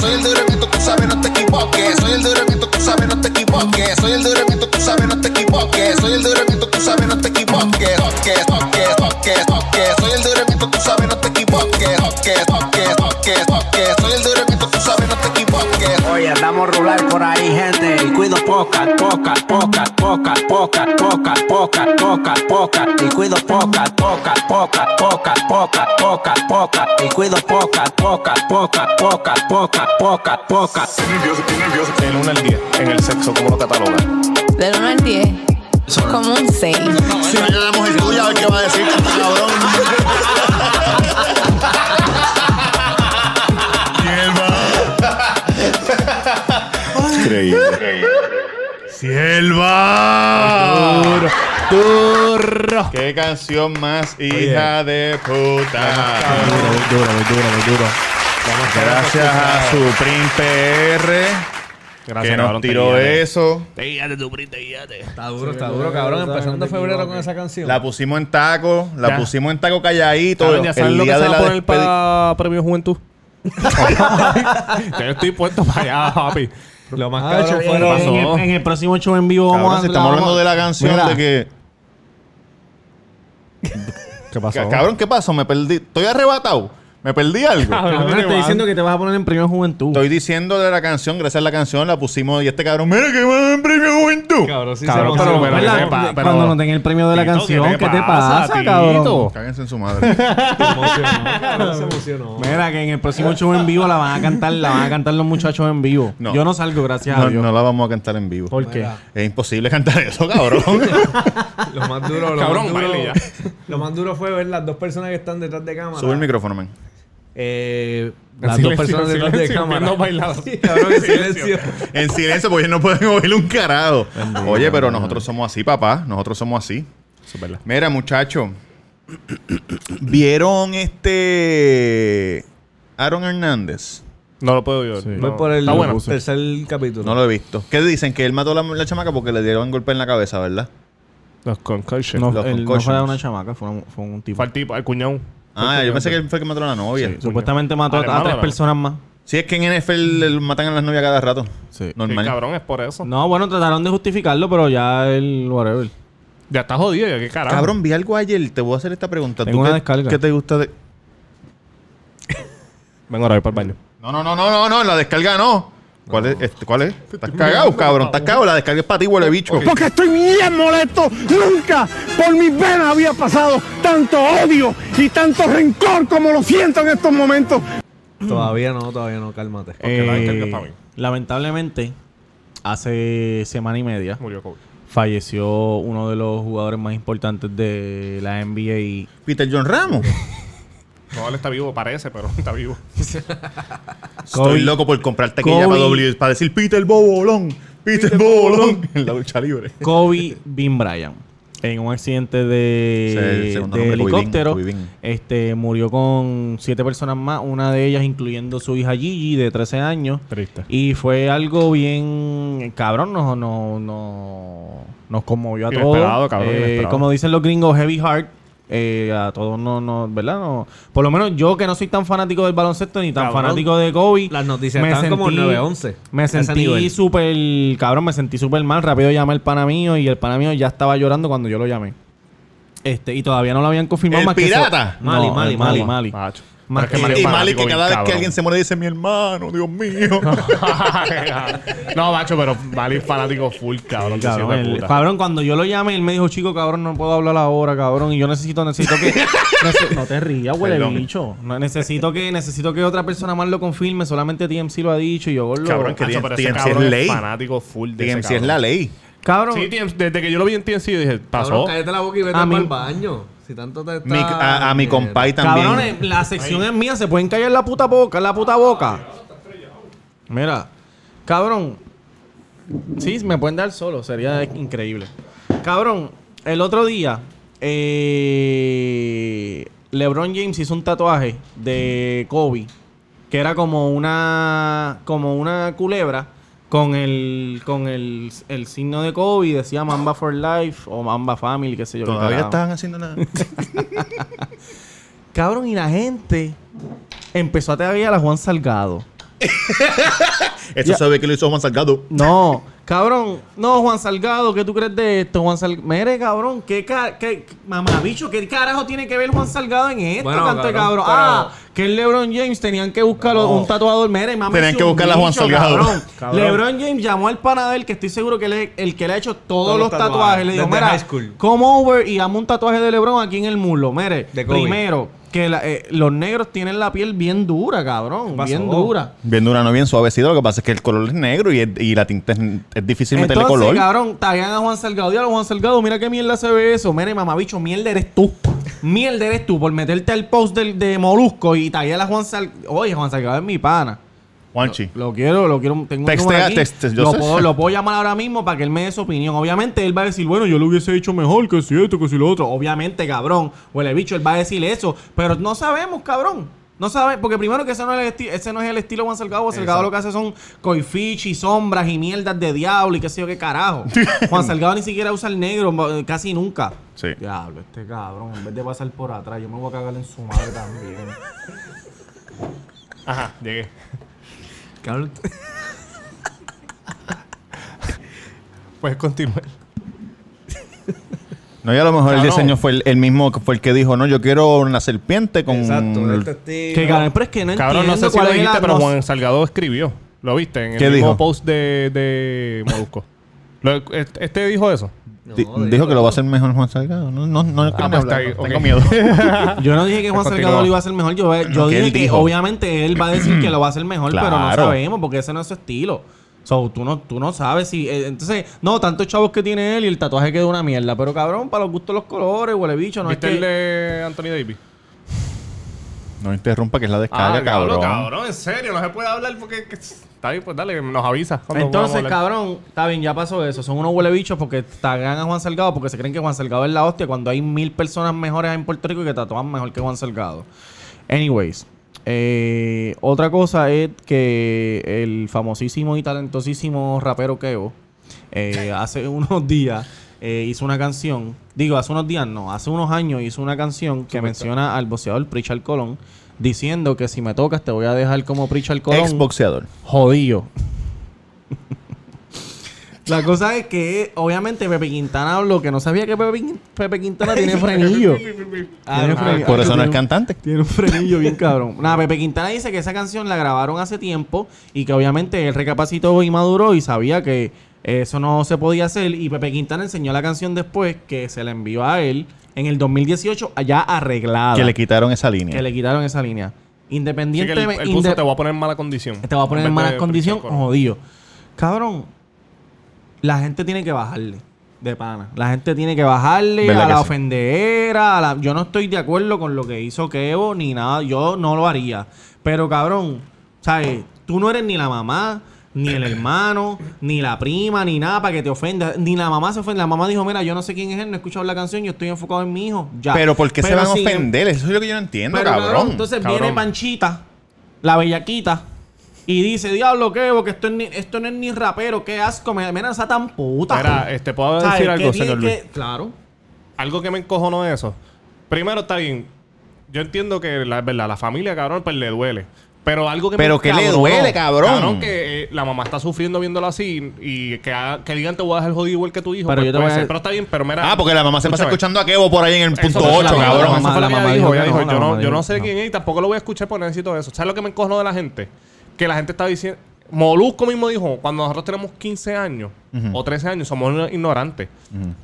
Soy el duremito, tú sabes, no te equivoques. Soy el duremito, tú sabes, no te equivoques. Soy el duremito, tú sabes, no te equivoques. Soy el duremito, tú sabes, no te equivoques. Toque, toque, toque, toque. Soy el duremito, tú sabes, no te equivoques. Toque, toque, toque, toque. Soy el duremito, tú sabes, no te equivoques.
Oye, damos rular por ahí, gente. Y cuido poca, poca, poca, poca, poca, poca, poca, poca, poca. Y cuido poca, poca, poca, poca, poca, poca, poca. Y cuido poca, poca, poca, poca, poca, poca, poca.
Estoy nervioso, estoy nervioso. Del 1 al 10, en el sexo, ¿cómo lo cataloga?
Del 1 al 10. Como un 6.
Si no llegamos el tuyo, a ver qué va a decir, cabrón.
Increíble.
Ah.
¡Sierva! Duro, duro. ¡Qué canción más hija de puta!
Duro, muy duro, muy duro, muy duro.
Gracias a Supreme PR que nos tiró eso.
Te guíate, tu print, te guíate.
Está duro, está duro, cabrón. Empezando febrero con esa canción.
La pusimos en taco, la
Ya.
pusimos en taco calladito.
Cabrón, ya saben
el
lo que
día
se
de
va
la
a poner
despedi-
para Premio Juventud. Yo estoy puesto para allá, papi.
Lo más
Ah,
cabrón
che,
fue
en,
lo
en el, en el próximo show en vivo
Cabrón,
vamos a
si estamos hablando de la canción
Mira.
de que.
¿Qué
Ca- Cabrón, ¿qué pasó? Me perdí. Estoy arrebatado. Me perdí algo.
Cabrón, te estoy diciendo que te vas a poner en Premio Juventud.
Estoy diciendo de la canción, gracias a la canción, la pusimos y este cabrón, mira que va en premio juventud.
Cabrón, sí
Cabrón,
se
pero-
emocionó.
pero-
¿Verdad?
que pa- pero-
Cuando no tenga el premio de la
Tito,
canción,
¿qué te
¿qué te
pasa,
pasa,
Tito?
cabrón?
Cáguense en su madre.
Se emocionó, cabrón, se emocionó.
Mira, que en el próximo show en vivo la van a cantar, la van a cantar los muchachos en vivo.
No.
Yo no salgo, gracias
No,
a Dios.
no la vamos a cantar en vivo.
¿Por qué?
Mira.
Es imposible cantar eso, cabrón.
Lo más duro, lo
Cabrón,
más duro,
baile ya.
Lo más duro fue ver las dos personas que están detrás de cámara.
Sube el micrófono, man.
Eh,
En
las
silencio,
dos personas
en
detrás de
silencio,
cámara.
viendo bailar.
Sí, cabrón, en silencio.
En silencio, porque ellos no pueden oír un carajo. Oye, pero nosotros somos así, papá. Nosotros somos así.
Eso es verdad.
Mira, muchacho. ¿Vieron este. Aaron Hernández?
No lo puedo yo.
Voy por el
Está bueno.
tercer capítulo.
Pues No lo he visto. ¿Qué dicen? Que él mató a la, la chamaca porque le dieron golpe en la cabeza, ¿verdad?
Los concussions.
No,
Los
él no fue
concussions.
una chamaca, fue un, fue un tipo.
Fue al tipo, al cuñado.
Ah, yo pensé que él fue el que mató a la novia. Sí,
Supuestamente mató a,
Alemana,
a tres
¿no?
personas más.
es que en NFL le matan a las novias cada rato.
Sí.
Normal.
Sí, cabrón, es por eso.
No, bueno, trataron de justificarlo, pero ya el whatever.
Ya está jodido, ya qué carajo.
Cabrón, vi algo ayer. Te voy a hacer esta pregunta.
Tengo
¿Tú
una
qué-
descarga.
¿Qué te gusta de.?
Vengo ahora voy para el baño.
No, no, no, no, no, no, la descarga no. ¿Cuál es? Este, ¿Cuál es? Estás cagado, cabrón. Estás cagado. La descarga es para ti, huele bicho.
Porque estoy bien molesto. Nunca por mis venas había pasado tanto odio y tanto rencor como lo siento en estos momentos.
Todavía no, todavía no, cálmate.
Porque la descarga
Eh,
está bien.
lamentablemente, hace semana y media
Murió Kobe.
falleció uno de los jugadores más importantes de la NBA. y-
Peter John Ramos.
No, él está vivo, parece, pero está vivo.
Estoy loco por comprar taquilla
Kobe.
para, doble- para decir Peter Bobolón. Peter, Bobolón. En la lucha libre.
Kobe Bean Bryant. En un accidente
Ese es el
de,
segundo
de
nombre, Kobe Bean,
helicóptero,
Kobe Bean.
este murió con siete personas más, una de ellas incluyendo su hija Gigi de 13 años.
Triste.
Y fue algo bien cabrón, nos, no, no, nos conmovió a
Inesperado,
todos.
cabrón,
Eh,
inesperado.
como dicen los gringos, heavy heart. eh, a todos no, no, ¿verdad? No, por lo menos yo que no soy tan fanático del baloncesto ni tan
Cabrón,
fanático de Kobe.
las noticias estaban como 9-11, a
Me
ese
sentí
nivel.
súper, cabrón, me sentí súper mal. Rápido llamé al pana mío y el pana mío ya estaba llorando cuando yo lo llamé. Este, y todavía no lo habían confirmado
¿El
más que eso-
pirata?
No,
Mali,
el Mali,
Mali, Mali.
Mali.
Macho.
Más
Pero es que
que-
Mario
Y
es
Mali
fanático
que
bien
cada vez que
cabrón.
alguien se muere dice, mi hermano, Dios mío.
no, macho, pero Mali es fanático full, cabrón. que
Cabrón,
hijo de
el-
puta.
cabrón, cuando yo lo llamé, él me dijo, chico, cabrón, no puedo hablar ahora, cabrón. Y yo necesito, necesito que. nece- no te rías, huele
Perdón.
bicho. No, necesito que, necesito que otra persona más lo confirme. Solamente TMC lo ha dicho. Y yo, gordo.
Cabrón, que
Macho, pero ese
TMC es
cabrón
ley.
es fanático full de ese
DMC es
cabrón.
la ley.
Cabrón.
Sí, TMC, desde que yo lo vi en TMC, yo dije, pasó.
Cabrón, cállate la boca y vete
A mí-
al baño. Si tanto te está... eh,
Mi- a, a mi compay también.
Ah, Cabrones, la sección es mía, se pueden callar la puta boca, la puta boca. Mira, cabrón. Sí, me pueden dar solo, sería increíble. Cabrón, el otro día, eh, LeBron James hizo un tatuaje de Kobe que era como una como una culebra con el con el, el signo de COVID decía Mamba for Life o Mamba Family, qué sé yo. qué
Todavía
carajo.
estaban haciendo nada.
Cabrón, y la gente empezó a tener a la Juan Salgado.
Esto
Ya.
sabe que lo hizo Juan Salgado.
No, cabrón. No, Juan Salgado, ¿qué tú crees de esto? Juan Salgado. Mire, cabrón, ¿qué, ca- qué- mamabicho, ¿qué carajo tiene que ver Juan Salgado en esto,
Bueno,
canto de
cabrón,
cabrón?
pero-
Ah, que el LeBron James tenían que buscar un tatuador. Mire, mami,
Tenían
es
que
un
buscarle a Juan
bicho,
Salgado. Cabrón.
LeBron James llamó al pana de él, que estoy seguro que él es el que le ha hecho todos,
Todos los
los tatuajes.
tatuajes,
Le dijo,
desde
mira,
high school.
come over y hazme un tatuaje de LeBron aquí en el muslo. Mire,
Kobe.
primero, que la- eh, los negros tienen la piel bien dura, cabrón. Bien dura.
Bien dura, no bien suavecita. Lo que pasa es que el color es negro y, el- y la tinta es, es difícil meterle
Entonces,
color.
cabrón, taguean a Juan Salgado. Diablo, Juan Salgado, mira qué mierda se ve eso. Mire, mamabicho, mierda eres tú. Mierda eres tú por meterte al post del, de Molusco y taguear a Juan Salgado. Oye, Juan Salgado es mi pana.
Juanchi.
Lo quiero, lo quiero. Tengo un
Textea,
número aquí.
texte- yo
lo,
sé.
puedo, lo puedo llamar ahora mismo para que él me dé su opinión. Obviamente, él va a decir, bueno, yo lo hubiese hecho mejor que si esto, que si lo otro. Obviamente, cabrón. Huele bicho, él va a decir eso. Pero no sabemos, cabrón. No sabemos, porque primero que ese no es el, esti- ese no es el estilo Juan Salgado. Juan Salgado lo que hace son coifichi, sombras y mierdas de diablo y qué sé yo qué carajo. Juan Salgado ni siquiera usa el negro, mo- casi nunca.
Sí.
Diablo, este cabrón, en vez de pasar por atrás, yo me voy a cagar en su madre también.
Ajá,
eh,
llegué.
Cabrón.
pues
Puedes continuar.
No, y a lo mejor el
Cabrón.
diseño fue el, el mismo que fue el que dijo, no, yo quiero una serpiente con.
este-
Que cabrón, pero es que no
Cabrón, no
entiendo
sé si
cuál
lo
es la-
viste, pero
no-
Juan Salgado escribió. ¿Lo viste? En el
¿Qué
mismo
dijo?
post de, de Molusco. Lo- este- ¿Este dijo eso?
Di- dijo que lo va a hacer mejor Juan Salgado. No, no, no, quiero ni
pues
hablar,
está ahí,
tengo
ok.
miedo.
Yo no dije que Juan
Continúa.
Salgado lo iba a hacer mejor. Yo, yo
No, que
dije
él
que
dijo.
obviamente él va a decir que lo va a hacer mejor, pero no
Claro.
sabemos porque ese no es su estilo. So, tú no, tú no sabes si... eh, entonces, no, tantos chavos que tiene él y el tatuaje queda una mierda. Pero cabrón, para los gustos los colores, huele bicho, no es
¿Viste
que...
el de Anthony Davis?
No interrumpa que es la descarga,
diablo,
Ah, cabrón.
Ah, cabrón, en serio, no se puede hablar porque... que- Está bien, pues dale, nos avisa. cuando
Entonces,
podamos hablar.
cabrón, está bien, ya pasó eso. Son unos huele bichos porque tagan a Juan Salgado porque se creen que Juan Salgado es la hostia cuando hay mil personas mejores en Puerto Rico que tatúan mejor que Juan Salgado. Anyways, eh, otra cosa es que el famosísimo y talentosísimo rapero Keo eh, hace unos días eh, hizo una canción. Digo, hace unos días no, hace unos años hizo una canción que menciona al boxeador Pritchard Colón diciendo que si me tocas te voy a dejar como Pritchard Colón.
Exboxeador.
Jodido. La cosa es que, obviamente, Pepe Quintana habló que no sabía que Pepe, Quin- Pepe Quintana tiene frenillo. Ah, tiene frenillo.
Por eso no
Tiene
es
un-
cantante.
Tiene un frenillo bien cabrón. Nada, Pepe Quintana dice que esa canción la grabaron hace tiempo y que obviamente él recapacitó y maduró y sabía que eso no se podía hacer. Y Pepe Quintana enseñó la canción después que se la envió a él en el 2018 allá arreglada.
Que le quitaron esa línea.
Que le quitaron esa línea.
Sí, que el,
Independientemente...
el pulso
inde-
te va a poner en mala condición.
te va a poner
vez
en
de
mala
Pritchard
condición,
Colón.
jodido. Cabrón, la gente tiene que bajarle de pana. La gente tiene que bajarle
¿Verdad
a
que
la
sí?
ofendera. a la- Yo no estoy de acuerdo con lo que hizo Kevo ni nada. Yo no lo haría. Pero cabrón, ¿sabes? Tú no eres ni la mamá, ni el hermano, ni la prima, ni nada para que te ofenda. Ni la mamá se ofende. La mamá dijo, mira, yo no sé quién es él, no he escuchado la canción, yo estoy enfocado en mi hijo. Ya.
Pero ¿por qué se
Pero
van a
sin-
ofender? Eso es lo que yo no entiendo,
pero,
cabrón.
cabrón, Entonces viene Panchita, la bellaquita, y dice, diablo, ¿qué? Porque esto, es ni- esto no es ni rapero, qué asco. me- Mira, esa tan puta.
Mira, este, ¿puedo
¿Sabes?
decir
¿Qué
algo,
tiene
señor Luis?
que- Claro.
Algo que me encojonó de eso. Primero, está bien. Yo entiendo que, la es verdad, la familia, cabrón, pues le duele. Pero algo que
Pero que le duele, cabrón.
que eh, la mamá está sufriendo viéndolo así y que, ha- que digan te voy a dejar jodido igual que tu hijo.
Pero
pues,
yo te
puede
voy a-
ser. Pero está bien, pero mira.
Ah, porque la mamá se pasa
Escúchame.
escuchando a Kevo por ahí en el punto
Eso fue
8,
la mamá,
cabrón.
la mamá, la mamá dijo, ella dijo,
no,
yo,
la
no,
mamá
yo no
dijo
sé
que
quién es y tampoco lo voy a escuchar porque necesito eso. ¿Sabes lo que me encojonó de la gente? Que la gente está diciendo... Molusco mismo dijo, cuando nosotros tenemos 15 años
Ujú.
o 13 años, somos ignorantes.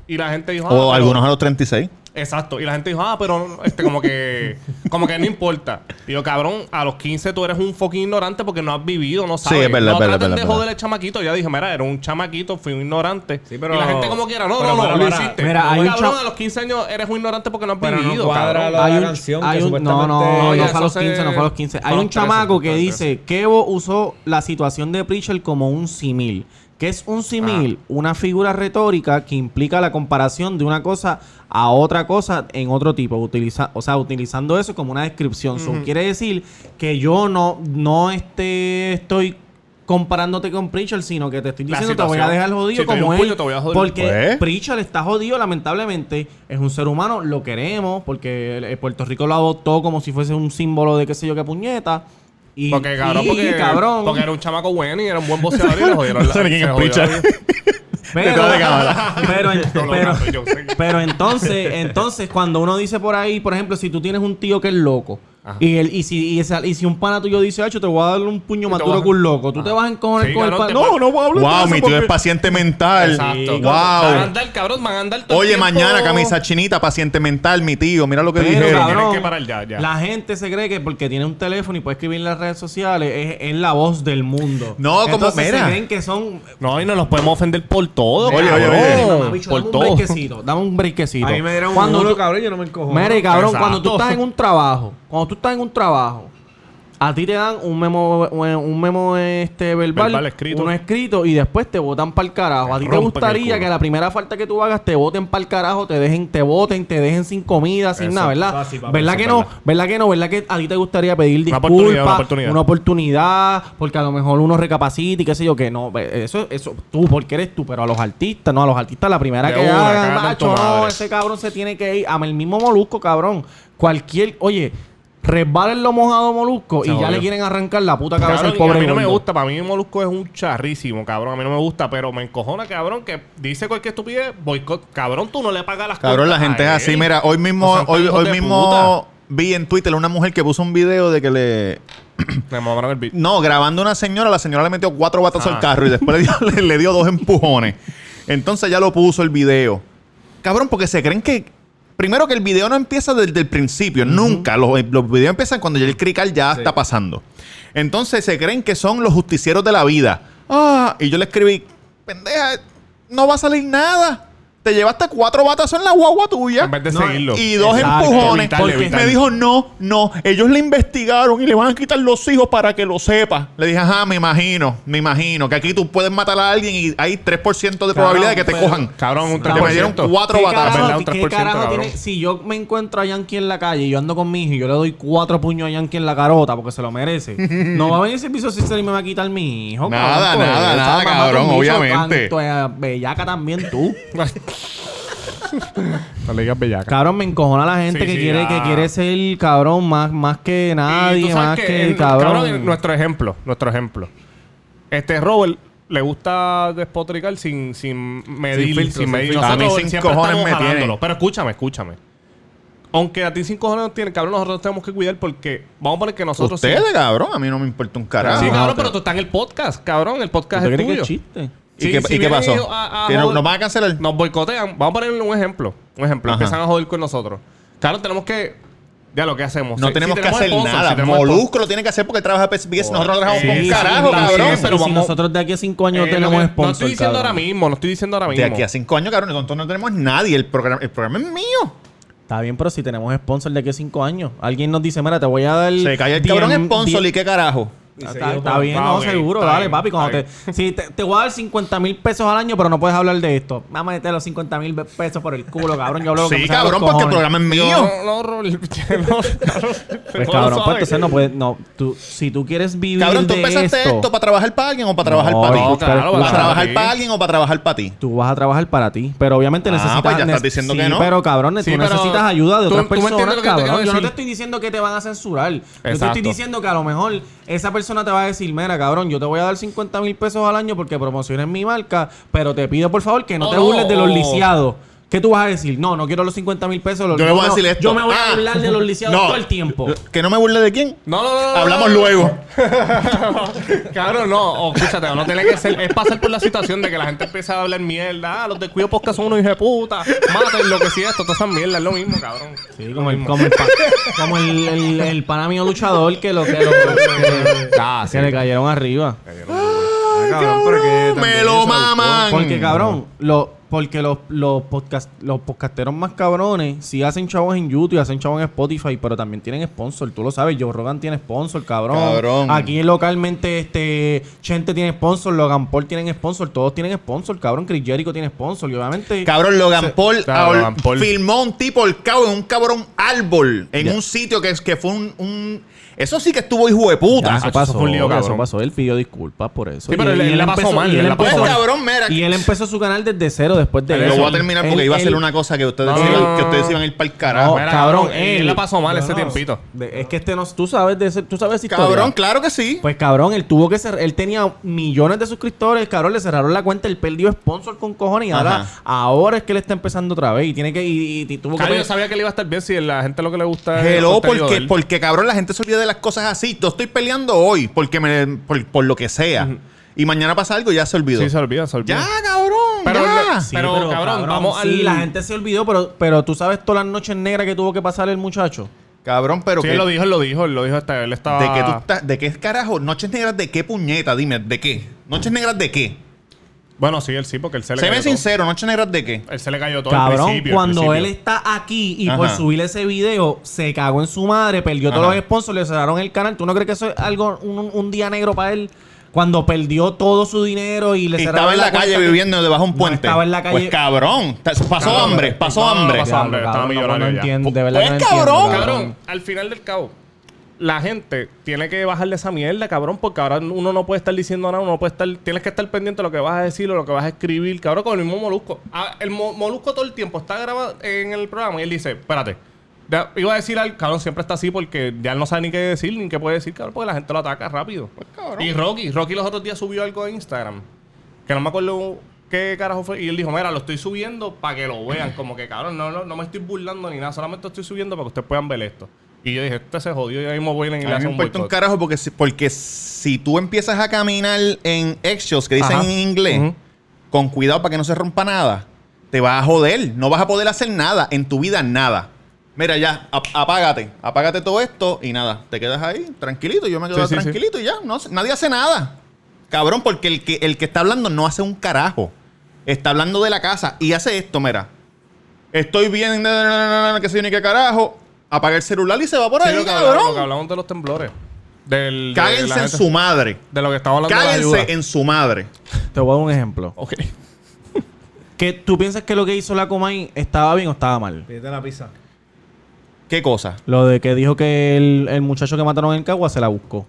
Y la gente dijo... ah,
O
pero-
algunos a los 36.
Exacto. Y la gente dijo, ah, pero este, como que como que no importa. Digo, cabrón, a los 15 tú eres un fucking ignorante porque no has vivido, no sabes.
Sí, es verdad,
no
es verdad,
traten
es
de
verdad.
joder el chamaquito. Ya dije, mira, era un chamaquito, fui un ignorante.
pero-
y la gente como quiera, no,
pero
no, no,
para,
lo
para.
hiciste.
Mira, hay un
cabrón,
cha-
a los 15 años eres un ignorante porque no has
Pero no
vivido,
cuadra
cabrón.
lo- Toda la
Hay un-
canción que
hay un- no,
supuestamente-
no,
No,
no
ya
fue a los
eso se-
15, no fue a los 15. Hay
fueron
un
tres,
chamaco
fueron
que
tres.
dice, Kevo usó la situación de Pritchard como un simil. ¿Qué es un símil? Una figura retórica que implica la comparación de una cosa a otra cosa en otro tipo. Utiliza, o sea, utilizando eso como una descripción. So,
Ujú.
quiere decir que yo no, no este, estoy comparándote con Pritchard, sino que te estoy
La
diciendo te voy a
situación.
dejar jodido
Si te doy
como
un
él.
puño, te voy a joder.
Porque
Pues.
Pritchard está jodido, lamentablemente. Es un ser humano, lo queremos, porque el- el Puerto Rico lo adoptó como si fuese un símbolo de qué sé yo qué puñeta. Y,
Porque cabrón,
y,
porque,
cabrón.
porque era un chamaco bueno y era un buen boxeador y le jodieron
No sé ni quién
se
es
jodió
Pritchard.
la vida.
Pero,
Detrás de cámara.
pero, en-
No, no,
pero-
no, yo sé.
pero entonces, entonces, cuando uno dice por ahí, por ejemplo, si tú tienes un tío que es loco, y, él- y, si, y, esa- y si un pana tuyo dice, "Acho, te voy a darle un puño más duro que un loco, tú te vas a encojonar
Sí,
con
cabrón,
el pana.
te
No,
puedes-
no voy a hablar de
Wow,
eso
mi tío
porque-
es paciente mental.
Exacto. Van a
Wow.
andar, cabrón, van a andar todo el
Oye,
tiempo-
mañana camisa chinita, paciente mental, mi tío. Mira lo que
Pero,
dijeron.
cabrón,
Tienes que parar ya, ya.
La gente se cree que porque tiene un teléfono y puede escribir en las redes sociales es, es la voz del mundo.
No, como
Entonces,
mera.
se creen que son
No, y no los podemos ofender por todo,
Oye,
cabrón.
oye, oye. Mamá, bicho,
Por
dame un
todo.
brequecito, dame un brequecito.
A mí me dieron
Cuando
un duro,
tú-
cabrón, yo no me encojo.
Mire, cabrón,
Exacto.
cuando tú estás en un trabajo, cuando tú estás en un trabajo, a ti te dan un memo, un memo este verbal,
Verbal escrito.
uno escrito y después te votan para el carajo. A ti te
Rompen el
gustaría
culo.
que la primera falta que tú hagas te voten para el carajo, te dejen, te voten, te dejen sin comida, sin
Eso,
nada, ¿verdad?
fácil, Ah, papi,
¿Verdad
eso
que
es
no?
verdad.
¿Verdad que no? ¿Verdad que a ti te gustaría pedir disculpas? Una
oportunidad,
oportunidad,
una oportunidad.
porque a lo mejor uno recapacita y qué sé yo, que no, eso eso tú porque eres tú, pero a los artistas, no, a los artistas la primera
De
que
una,
hagan,
cágate en tu
macho, no,
madre.
ese este cabrón se tiene que ir. Ama el mismo molusco, cabrón. Cualquier, oye, resbalen lo mojado molusco
Se
y ya
jodió.
le quieren arrancar la puta cabeza
Cabrón,
al
y
pobre
a mí no me
gordo.
gusta, para mí Molusco es un charrísimo, cabrón. A mí no me gusta, pero me encojona, cabrón, que dice cualquier estupidez, boicot. Cabrón, tú no le pagas las
Cabrón, la
cuentas
gente es
a
así.
él.
Mira, hoy mismo,
O sea,
hoy,
hijos
hoy
de
mismo vi en Twitter una mujer que puso un video de que le.
Me mamaron el beat.
No, grabando una señora, la señora le metió cuatro batazos
Ah.
al carro y después le dio, le- le dio dos empujones. Entonces ya lo puso el video. Cabrón, porque se creen que. Primero que el video no empieza desde el principio, nunca. Los, los videos empiezan cuando ya el crical ya está pasando. Entonces se creen que son los justicieros de la vida. Ah, y yo le escribí, pendeja, no va a salir nada. Te llevaste cuatro batazos en la guagua tuya.
En vez de
No,
seguirlo.
Y dos
Exacto,
empujones.
evitarle,
porque
evitarle.
me dijo, no, no. Ellos le investigaron y le van a quitar los hijos para que lo sepa. Le dije, ajá, me imagino, me imagino. Que aquí tú puedes matar a alguien y hay 3% de probabilidad de que te
pero-
cojan.
Cabrón, un
Te me dieron
3%.
cuatro
¿Qué
batazos.
carajo-
¿verdad? Un
¿qué
3%,
carajo
cabrón.
tiene- si yo me encuentro a Yankee en la calle y yo ando con mi hijo y yo le doy cuatro puños a Yankee en la carota porque se lo merece, no va a venir el servicio social y me va a quitar mi hijo.
Nada,
pues,
nada,
esa
nada,
mamá
cabrón,
con bicho,
obviamente.
tanto, eh, bellaca también tú.
No le digas bellaca.
Cabrón, me encojona la gente
Sí,
que
sí,
quiere
ya.
que quiere ser cabrón más, más que
Y
nadie,
tú sabes
más que,
el-
cabrón.
el- Nuestro ejemplo, nuestro ejemplo. Este Robert le gusta despotricar sin, sin medir,
Sin
sin,
filtro, sin
medir.
filtro. A mí sin
siempre
cojones
estamos
me tienen.
jalándolo. Pero escúchame, escúchame. Aunque a ti sin cojones no tienen, cabrón, nosotros tenemos que cuidar porque vamos a poner que nosotros sí-
Ustedes, cabrón, a mí no me importa un carajo.
Sí, cabrón, pero tú estás en el podcast, cabrón. El podcast
¿Tú
es
crees que
tuyo.
es chiste? ¿Y qué- y qué
vienen
pasó?
ellos a- a
¿Que no-
joder-
nos van a cancelar?
Nos boicotean. Vamos a ponerle un ejemplo. Un ejemplo.
Ajá.
Empiezan a joder con nosotros. Cabrón, tenemos que... Ya lo que hacemos.
No
Si- si
tenemos que hacer
sponsor, si
nada.
tenemos sponsor.
Molusco lo tiene que hacer porque él trabaja para SBS. Nosotros no trabajamos
Sí,
con
sí,
un carajo,
sí,
cabrón.
sí, pero
Y si
vamos-
nosotros de aquí a cinco años
Eh,
no tenemos
no,
sponsor,
no estoy diciendo
cabrón.
ahora mismo, no estoy diciendo ahora
De
mismo.
aquí a cinco años, cabrón, nosotros no tenemos nadie. El programa, el programa es mío.
Está bien, pero si tenemos sponsor de aquí a cinco años. Alguien nos dice, mira, te voy a dar...
Se calla el
diez-
cabrón sponsor
diez-
y qué carajo.
Está, está bien,
Ah,
no,
ok,
seguro,
está
dale,
bien,
papi. Cuando
está
te, si te, te voy a dar 50 mil pesos al año, pero no puedes hablar de esto. Vamos a meter los 50 mil pesos por el culo, cabrón. Yo hablo
Sí, cabrón, porque el programa es mío.
No, no, Robert, no, cabrón.
Pues
Todo
cabrón,
lo
pues
sabe.
entonces no puedes. No, tú, si tú quieres vivir.
Cabrón, tú
de
empezaste esto, para trabajar para alguien o para trabajar
No,
para ti.
no, claro,
para
para
trabajar
ti.
para alguien o para trabajar para ti.
Tú vas a trabajar para ti. Pero obviamente
Ah,
necesitas.
pues ya estás
nec-
diciendo
sí,
que no.
Pero cabrón,
Sí,
tú
pero
necesitas ayuda de
tú-
otras
tú me entiendes
personas,
lo que te quiero
cabrón. Yo no te
decir.
estoy diciendo que te van a censurar. Yo te
Exacto.
estoy diciendo que a lo mejor esa persona te va a decir, mira, cabrón, yo te voy a dar 50 mil pesos al año porque promociones mi marca, pero te pido por favor que no
Oh,
te
no.
burles de los lisiados. ¿Qué tú vas a decir? No, no quiero los 50 mil pesos. los-
Yo le voy a
no,
decir esto.
Yo me voy
Ah.
a hablar de los lisiados
No.
todo el tiempo.
¿Que no me burle de quién?
No, no, no, no,
Hablamos
no, no.
luego.
Cabrón, no, o, escúchate, no tiene que ser. Es pasar por la situación de que la gente empieza a hablar mierda. Ah, los descuidos podcast son unos hijos de puta. Maten lo que sí, esto, todas esas mierdas, es lo mismo, cabrón.
Sí, como el, como el, pa- como el, el- el pana mío luchador que lo que, lo, que-
Ah, sí.
que le cayeron arriba.
Cabrón, porque
Me lo maman.
Porque, cabrón, lo, Porque los, los, podcast, los podcasteros más cabrones sí hacen chavos en YouTube, hacen chavos en Spotify, pero también tienen sponsor. Tú lo sabes, Joe Rogan tiene sponsor, cabrón.
Cabrón.
Aquí localmente, este, Chente tiene sponsor, Logan Paul tiene sponsor, todos tienen sponsor, cabrón. Chris Jericho tiene sponsor, y obviamente.
Cabrón, Logan
se-
Paul,
Claro,
al-
Logan Paul.
filmó un tipo el cabo en un cabrón árbol en
Ya.
un sitio que, es- que fue un, un- Eso sí que estuvo hijo de puta.
Ya, eso pasó,
fue un lío,
eso
cabrón.
pasó. Él pidió disculpas por eso.
Sí, pero él- él la pasó mal,
y
él
él
la pasó
empezó-
mal. Pues, Cabrón, mira.
y él empezó su canal desde cero después de
Lo
eso.
voy a terminar porque
Él-
iba a ser
él-
una cosa que ustedes,
No,
iban,
no, no,
que ustedes
no.
iban a ir para el carajo.
No, cabrón,
Ah, cabrón,
él,
él la pasó mal ese
no, no,
tiempito.
de- es que este no, tú sabes de ese, tú sabes historia.
Cabrón, claro que sí.
Pues cabrón, él tuvo que ser, él tenía millones de suscriptores, cabrón, le cerraron la cuenta, él perdió sponsor con cojones y ahora,
Ajá.
ahora es que él está empezando otra vez y tiene que y, y- y tuvo que
Claro, yo
pe-
sabía que le iba a estar bien si la gente lo que le gusta es el
Hello,
contenido de
porque,
él.
porque cabrón, la gente se olvida de las cosas así. Yo estoy peleando hoy porque me, por, por lo que sea. Y mañana pasa algo y ya se olvidó.
Sí, se olvida, se olvida.
Ya, cabrón.
Pero,
ya.
Sí, pero, cabrón, vamos sí, la gente se olvidó, pero, pero tú sabes todas las noches negras que tuvo que pasar el muchacho.
Cabrón, pero
Sí,
que-
él lo dijo, él lo dijo, él lo dijo hasta él estaba...
¿De qué, tú estás- ¿De qué carajo? ¿Noches negras de qué puñeta? Dime, ¿de qué? ¿Noches negras de qué?
Bueno, sí, él sí, porque él se le
Se ve
cayó todo.
sincero, ¿noches negras de qué?
Él se le cayó todo al
Cabrón,
principio, al
cuando él
principio.
está aquí y por
Ajá.
subir ese video se cagó en su madre, perdió todos
Ajá.
los sponsors, le cerraron el canal. ¿Tú no crees que eso es algo, un, un día negro para él? Cuando perdió todo su dinero y le
Y estaba
cerraron
en la calle
cuenta.
viviendo debajo de un puente.
estaba en la calle.
Pues cabrón, ta- pasó
Cabrón,
hambre,
pero-
pasó
no, no,
hambre.
pasó hambre,
Estaba
cabrón, no,
millonario
no
ya.
entiendo, de
Pues,
verdad que no entiendo,
cabrón,
cabrón.
cabrón, al final del cabo, la gente tiene que bajarle esa mierda, cabrón, porque ahora uno no puede estar diciendo nada, uno no puede estar, tienes que estar pendiente de lo que vas a decir o lo que vas a escribir, cabrón, con el mismo molusco. Ah, el Mo- molusco todo el tiempo está grabado en el programa y él dice, espérate. ya, iba a decir al cabrón, siempre está así porque ya él no sabe ni qué decir, ni qué puede decir, cabrón, porque la gente lo ataca rápido. Y Rocky, Rocky los otros días subió algo a Instagram que no me acuerdo qué carajo fue. Y él dijo, mira, lo estoy subiendo para que lo vean. Como que, cabrón, no, no, no me estoy burlando ni nada. Solamente estoy subiendo para que ustedes puedan ver esto. Y yo dije, este se jodió y ahí mismo voy y le
A mí
hacen
me
un
importa un
boicot.
carajo porque si, porque si tú empiezas a caminar en extras que dicen
Ajá.
en inglés,
Ujú.
con cuidado para que no se rompa nada, te vas a joder. No vas a poder hacer nada en tu vida, nada. Mira, ya, ap- apágate. Apágate todo esto y nada. Te quedas ahí tranquilito. Yo me quedo
Sí, sí, sí.
tranquilito y ya. No, hace- nadie hace nada. Cabrón, porque el que, el que está hablando no hace un carajo. Está hablando de la casa y hace esto, mira. Estoy bien, na, na, na, na, na, que se viene que carajo. Apaga el celular y se va por
Sí,
ahí,
lo que hablamos,
cabrón.
lo que hablamos de los temblores. Del, de la
Cáguense en
gente-
su madre.
De lo que estaba hablando de la ayuda.
Cáguense en su madre.
Te voy a dar un ejemplo.
Ok.
¿Que ¿Tú piensas que lo que hizo la Comay estaba bien o estaba mal?
Pídete la pizza.
¿Qué cosa?
Lo de que dijo que el, el muchacho que mataron en Cagua se la buscó.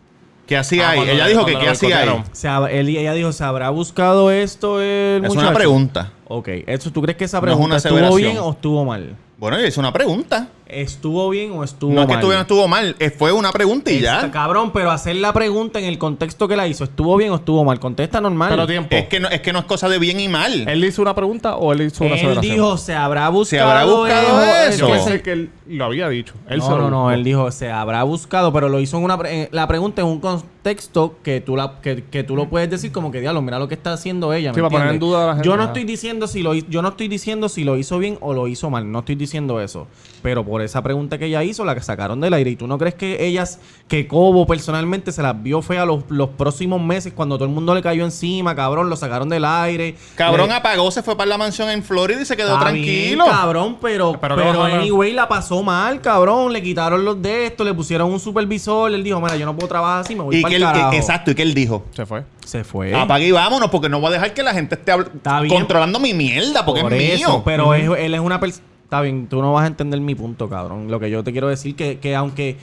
¿Qué hacía
Ah,
ahí?
cuando-
Ella dijo que
cuando
¿qué
lo
hacía ahí?
boicotearon.
Se ha- él- ella dijo, ¿se habrá buscado esto el
Es
muchacho?
una pregunta.
Ok. Eso, ¿Tú crees que esa
No es
pregunta
una
estuvo
aseveración.
bien o estuvo mal?
Bueno, ella hizo una pregunta.
¿Estuvo bien o estuvo
no
mal?
es que estuviera- estuvo mal. eh, Fue una pregunta y
Está
ya.
cabrón, pero hacer la pregunta en el contexto que la hizo, ¿estuvo bien o estuvo mal? Contesta normal.
Pero tiempo.
Es que, no, es que no es cosa de bien y mal.
¿Él hizo una pregunta o él hizo una
él
aseveración?
dijo, se habrá buscado.
¿Se habrá buscado
eh,
eso?
Yo
que
pensé
se-
que él lo había dicho. Él se
no,
lo
no, no,
buscó.
él dijo, se habrá buscado, pero lo hizo en una. pre- en- la pregunta en un contexto que tú, la, que, que tú lo puedes decir como que, diablo, mira lo que está haciendo ella. ¿me
Sí, para poner en
entiendes?
duda a la gente.
Yo no,
Ajá.
estoy diciendo si lo, hi- yo no estoy diciendo si lo hizo bien o lo hizo mal, no estoy diciendo eso. Pero por esa pregunta que ella hizo, la que sacaron del aire, ¿y tú no crees que ellas, que Cobo personalmente se las vio fea los, los próximos meses cuando todo el mundo le cayó encima, cabrón, lo sacaron del aire?
Cabrón
Le-
apagó, se fue para la mansión en Florida y se quedó
eh. Está
tranquilo.
bien, cabrón, pero,
Pero
pero,
no bajó la-
anyway la pasó mal, cabrón. Le quitaron los de esto, le pusieron un supervisor. Él dijo, mira, yo no puedo trabajar así, me voy
y
para
que Ah,
el
él,
carajo.
que- exacto, y que él dijo.
Se fue.
Se fue.
Apague y vámonos, porque no voy a dejar que la gente esté habl-
Está bien.
controlando mi mierda, porque
Por
es
eso,
mío.
Pero es- él es una persona... Está bien, tú no vas a entender mi punto, cabrón. Lo que yo te quiero decir que, que aunque...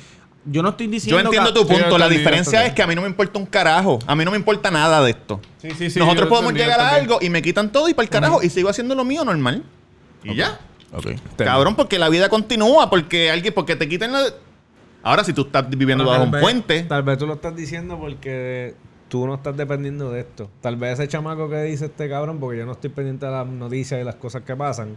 Yo no estoy
Yo
diciendo...
entiendo
ca-
tu punto. La
entendí,
diferencia
entendí.
es que a mí no me importa un carajo. A mí no me importa nada de esto.
Sí, sí, sí.
Nosotros
yo
podemos
entendí,
llegar a
entendí.
algo y me quitan todo y para el carajo y sigo haciendo lo mío normal. Y ya. Cabrón, porque la vida continúa, porque alguien, porque te quiten la. Ahora, si tú estás viviendo bajo un
vez-
puente,
Tal vez tú lo estás diciendo porque tú no estás dependiendo de esto. Tal vez ese chamaco que dice este cabrón, porque yo no estoy pendiente de las noticias y las cosas que pasan.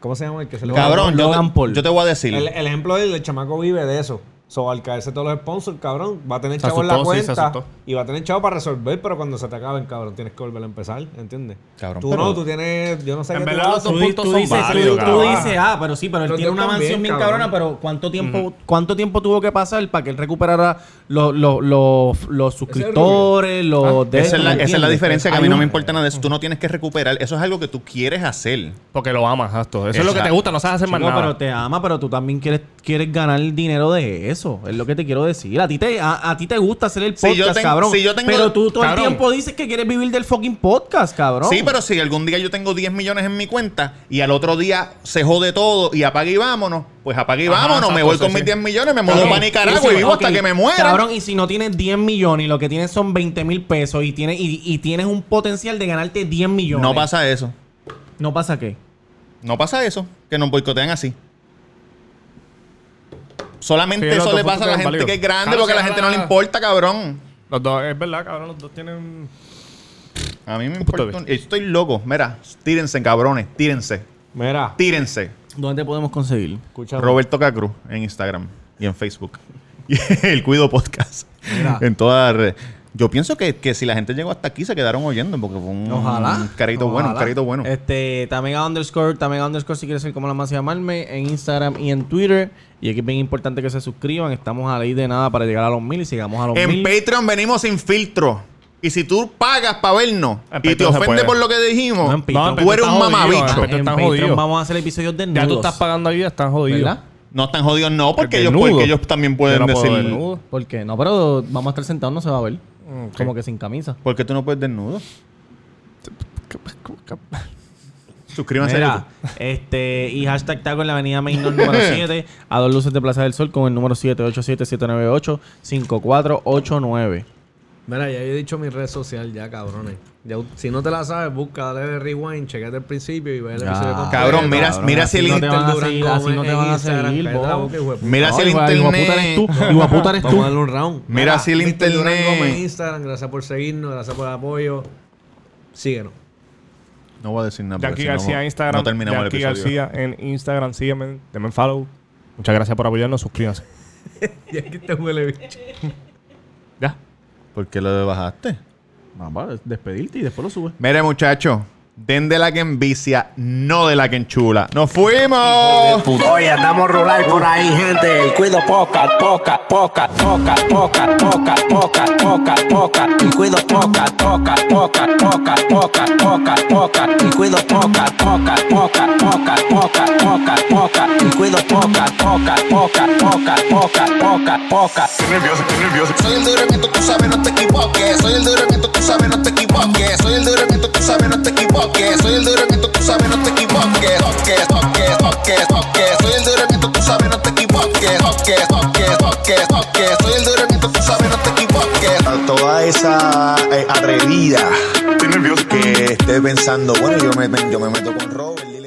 ¿Cómo se llama el que se le
cabrón, yo
Logan
te,
Paul.
yo te voy a decir.
El, el ejemplo del el chamaco vive de eso. So, al caerse todos los sponsors, cabrón, va a tener
Se
chavo en la
asustó, sí, se
cuenta
asustó.
y va a tener chavo para resolver, pero cuando se te acaben, cabrón, tienes que volver a empezar, ¿entiendes?
Cabrón,
tú
pero-
no, tú tienes, yo no sé
En
qué tú
verdad,
haces.
los dos Tú di- puntos
Tú dices, tú- tú, dices, ah, pero sí, pero él
Los
tiene
dos
una
también,
mansión bien
cabrón.
cabrona, pero ¿cuánto tiempo, cuánto tiempo tuvo que pasar para que él recuperara los, los, los, los suscriptores, los... de-
Ah, esa, es la, esa es la
¿entiendes?
diferencia que a
Hay
mí no
un-
me importa nada de eso. Tú no tienes que recuperar. Eso es algo que tú quieres hacer.
Porque lo amas, exacto. Eso es lo que te gusta, no sabes hacer más
Chico,
nada.
pero te ama, pero tú también quieres, quieres ganar dinero de eso. Es lo que te quiero decir. A ti te, a, a ti te gusta hacer el
Si
podcast,
yo tengo-
cabrón.
si yo tengo-
pero tú todo
Cabrón.
el tiempo dices que quieres vivir del fucking podcast, cabrón.
Sí, pero si algún día yo tengo 10 millones en mi cuenta y al otro día se jode todo y apague y vámonos, pues apague y
Ajá,
vámonos, me
exacto,
voy
sí,
con
sí.
mis 10 millones, me mudo
Cabrón,
para Nicaragua
y si-
y vivo hasta
ok,
que me muera.
Cabrón, y si no tienes 10 millones y lo que tienes son 20 mil pesos y tienes, y, y tienes un potencial de ganarte 10 millones.
no pasa eso.
¿No pasa qué?
No pasa eso, que nos boicotean así. Solamente
Sí, los
eso
dos
le pasa a la
puntos
gente
válidos.
que es grande
Claro,
porque a la
se
gente
habla-
no le importa, cabrón.
Los dos, es verdad, cabrón, los dos tienen.
A mí me
Punto de
importa. un- Yo estoy loco. Mira, tírense, cabrones, tírense.
Mira.
Tírense.
¿Dónde te podemos conseguir?
Escucha,
Roberto Cacruz en Instagram y en Facebook. Y el Cuido Podcast.
Mira.
En todas las redes. Yo pienso que, que si la gente llegó hasta aquí se quedaron oyendo porque fue un, un carito bueno, un carito bueno.
Este, Tamega underscore, Tamega underscore, si quieres ser como la más llamarme, en Instagram y en Twitter. Y aquí es bien importante que se suscriban. Estamos a la ley de nada para llegar a los mil y sigamos a los
En
mil.
Patreon venimos sin filtro. Y si tú pagas para vernos
En
y te
Patreon se
ofendes
puede.
por lo que dijimos,
No, en Patreon.
tú eres un
Está jodido, en
mamabicho.
Patreon está
Patreon
jodido.
vamos a hacer episodios de
Ya tú estás pagando ahí, ya estás jodido.
¿Verdad?
No están jodidos, no, porque ellos,
desnudo.
porque ellos también
Yo
pueden
no puedo
decir.
desnudo.
¿Por qué? Uh, No, pero vamos a estar sentados, no se va a ver.
Ok.
Como que sin camisa.
¿Por qué tú no puedes desnudo? Suscríbanse a
Mira,
YouTube.
este, y hashtag taco en la avenida Main North número 7, a dos luces de Plaza del Sol con el número 787-798-5489.
Mira, ya yo he dicho mi red social ya, cabrones. Ya, si no te la sabes, busca, dale de rewind, chequete el principio y ve el
Ya,
episodio completo.
cabrón, mira- mira si
Así
el
no
inter-
te van a
Durán
seguir,
Gómez
así no te
en
van a
Instagram,
seguir,
cállate la
vos.
boca, hijo de puta. Mira si el
hijo de- hijo de puta
internet-
eres tú.
Hijo de puta eres tú.
Vamos a darle un round.
Mira si el
Mr. Durán
internet-
Gómez en Instagram, gracias por seguirnos, gracias por el apoyo. Síguenos.
No voy a decir nada. porque
Jackie
si no,
García
no
en Instagram.
terminamos el
Jackie
episodio.
García en Instagram. Sígueme, denme follow. Muchas gracias por apoyarnos. Suscríbanse.
y aquí te Este huele bicho.
¿Por qué lo bajaste?
Vamos despedirte y después lo subes.
Mire, muchachos, den de la que envicia, no de la que enchula. ¡Nos fuimos!
Oye, andamos rural por ahí, gente. El cuido poca, poca, poca, poca, poca, poca, poca, poca, poca. El cuido poca, poca, poca, poca, poca, poca, poca. El cuido poca, poca, poca, poca, poca, poca, poca. El cuido poca, poca, poca, poca, poca, poca, poca.
Soy el duramiento, tú sabes, no te equivoques. Soy el duramiento, tú sabes, no te equivoques. Soy el duramiento, tú sabes, no te equivoques. Soy el duramiento, tú sabes, no te equivoques. Toque, toque, toque, toque. Soy el duramiento, tú sabes, no te equivoques. Toque, toque, toque, toque. Soy el duramiento, tú sabes, no te equivoques.
A toda esa eh, atrevida que esté pensando, bueno, yo me, yo me meto con Robert.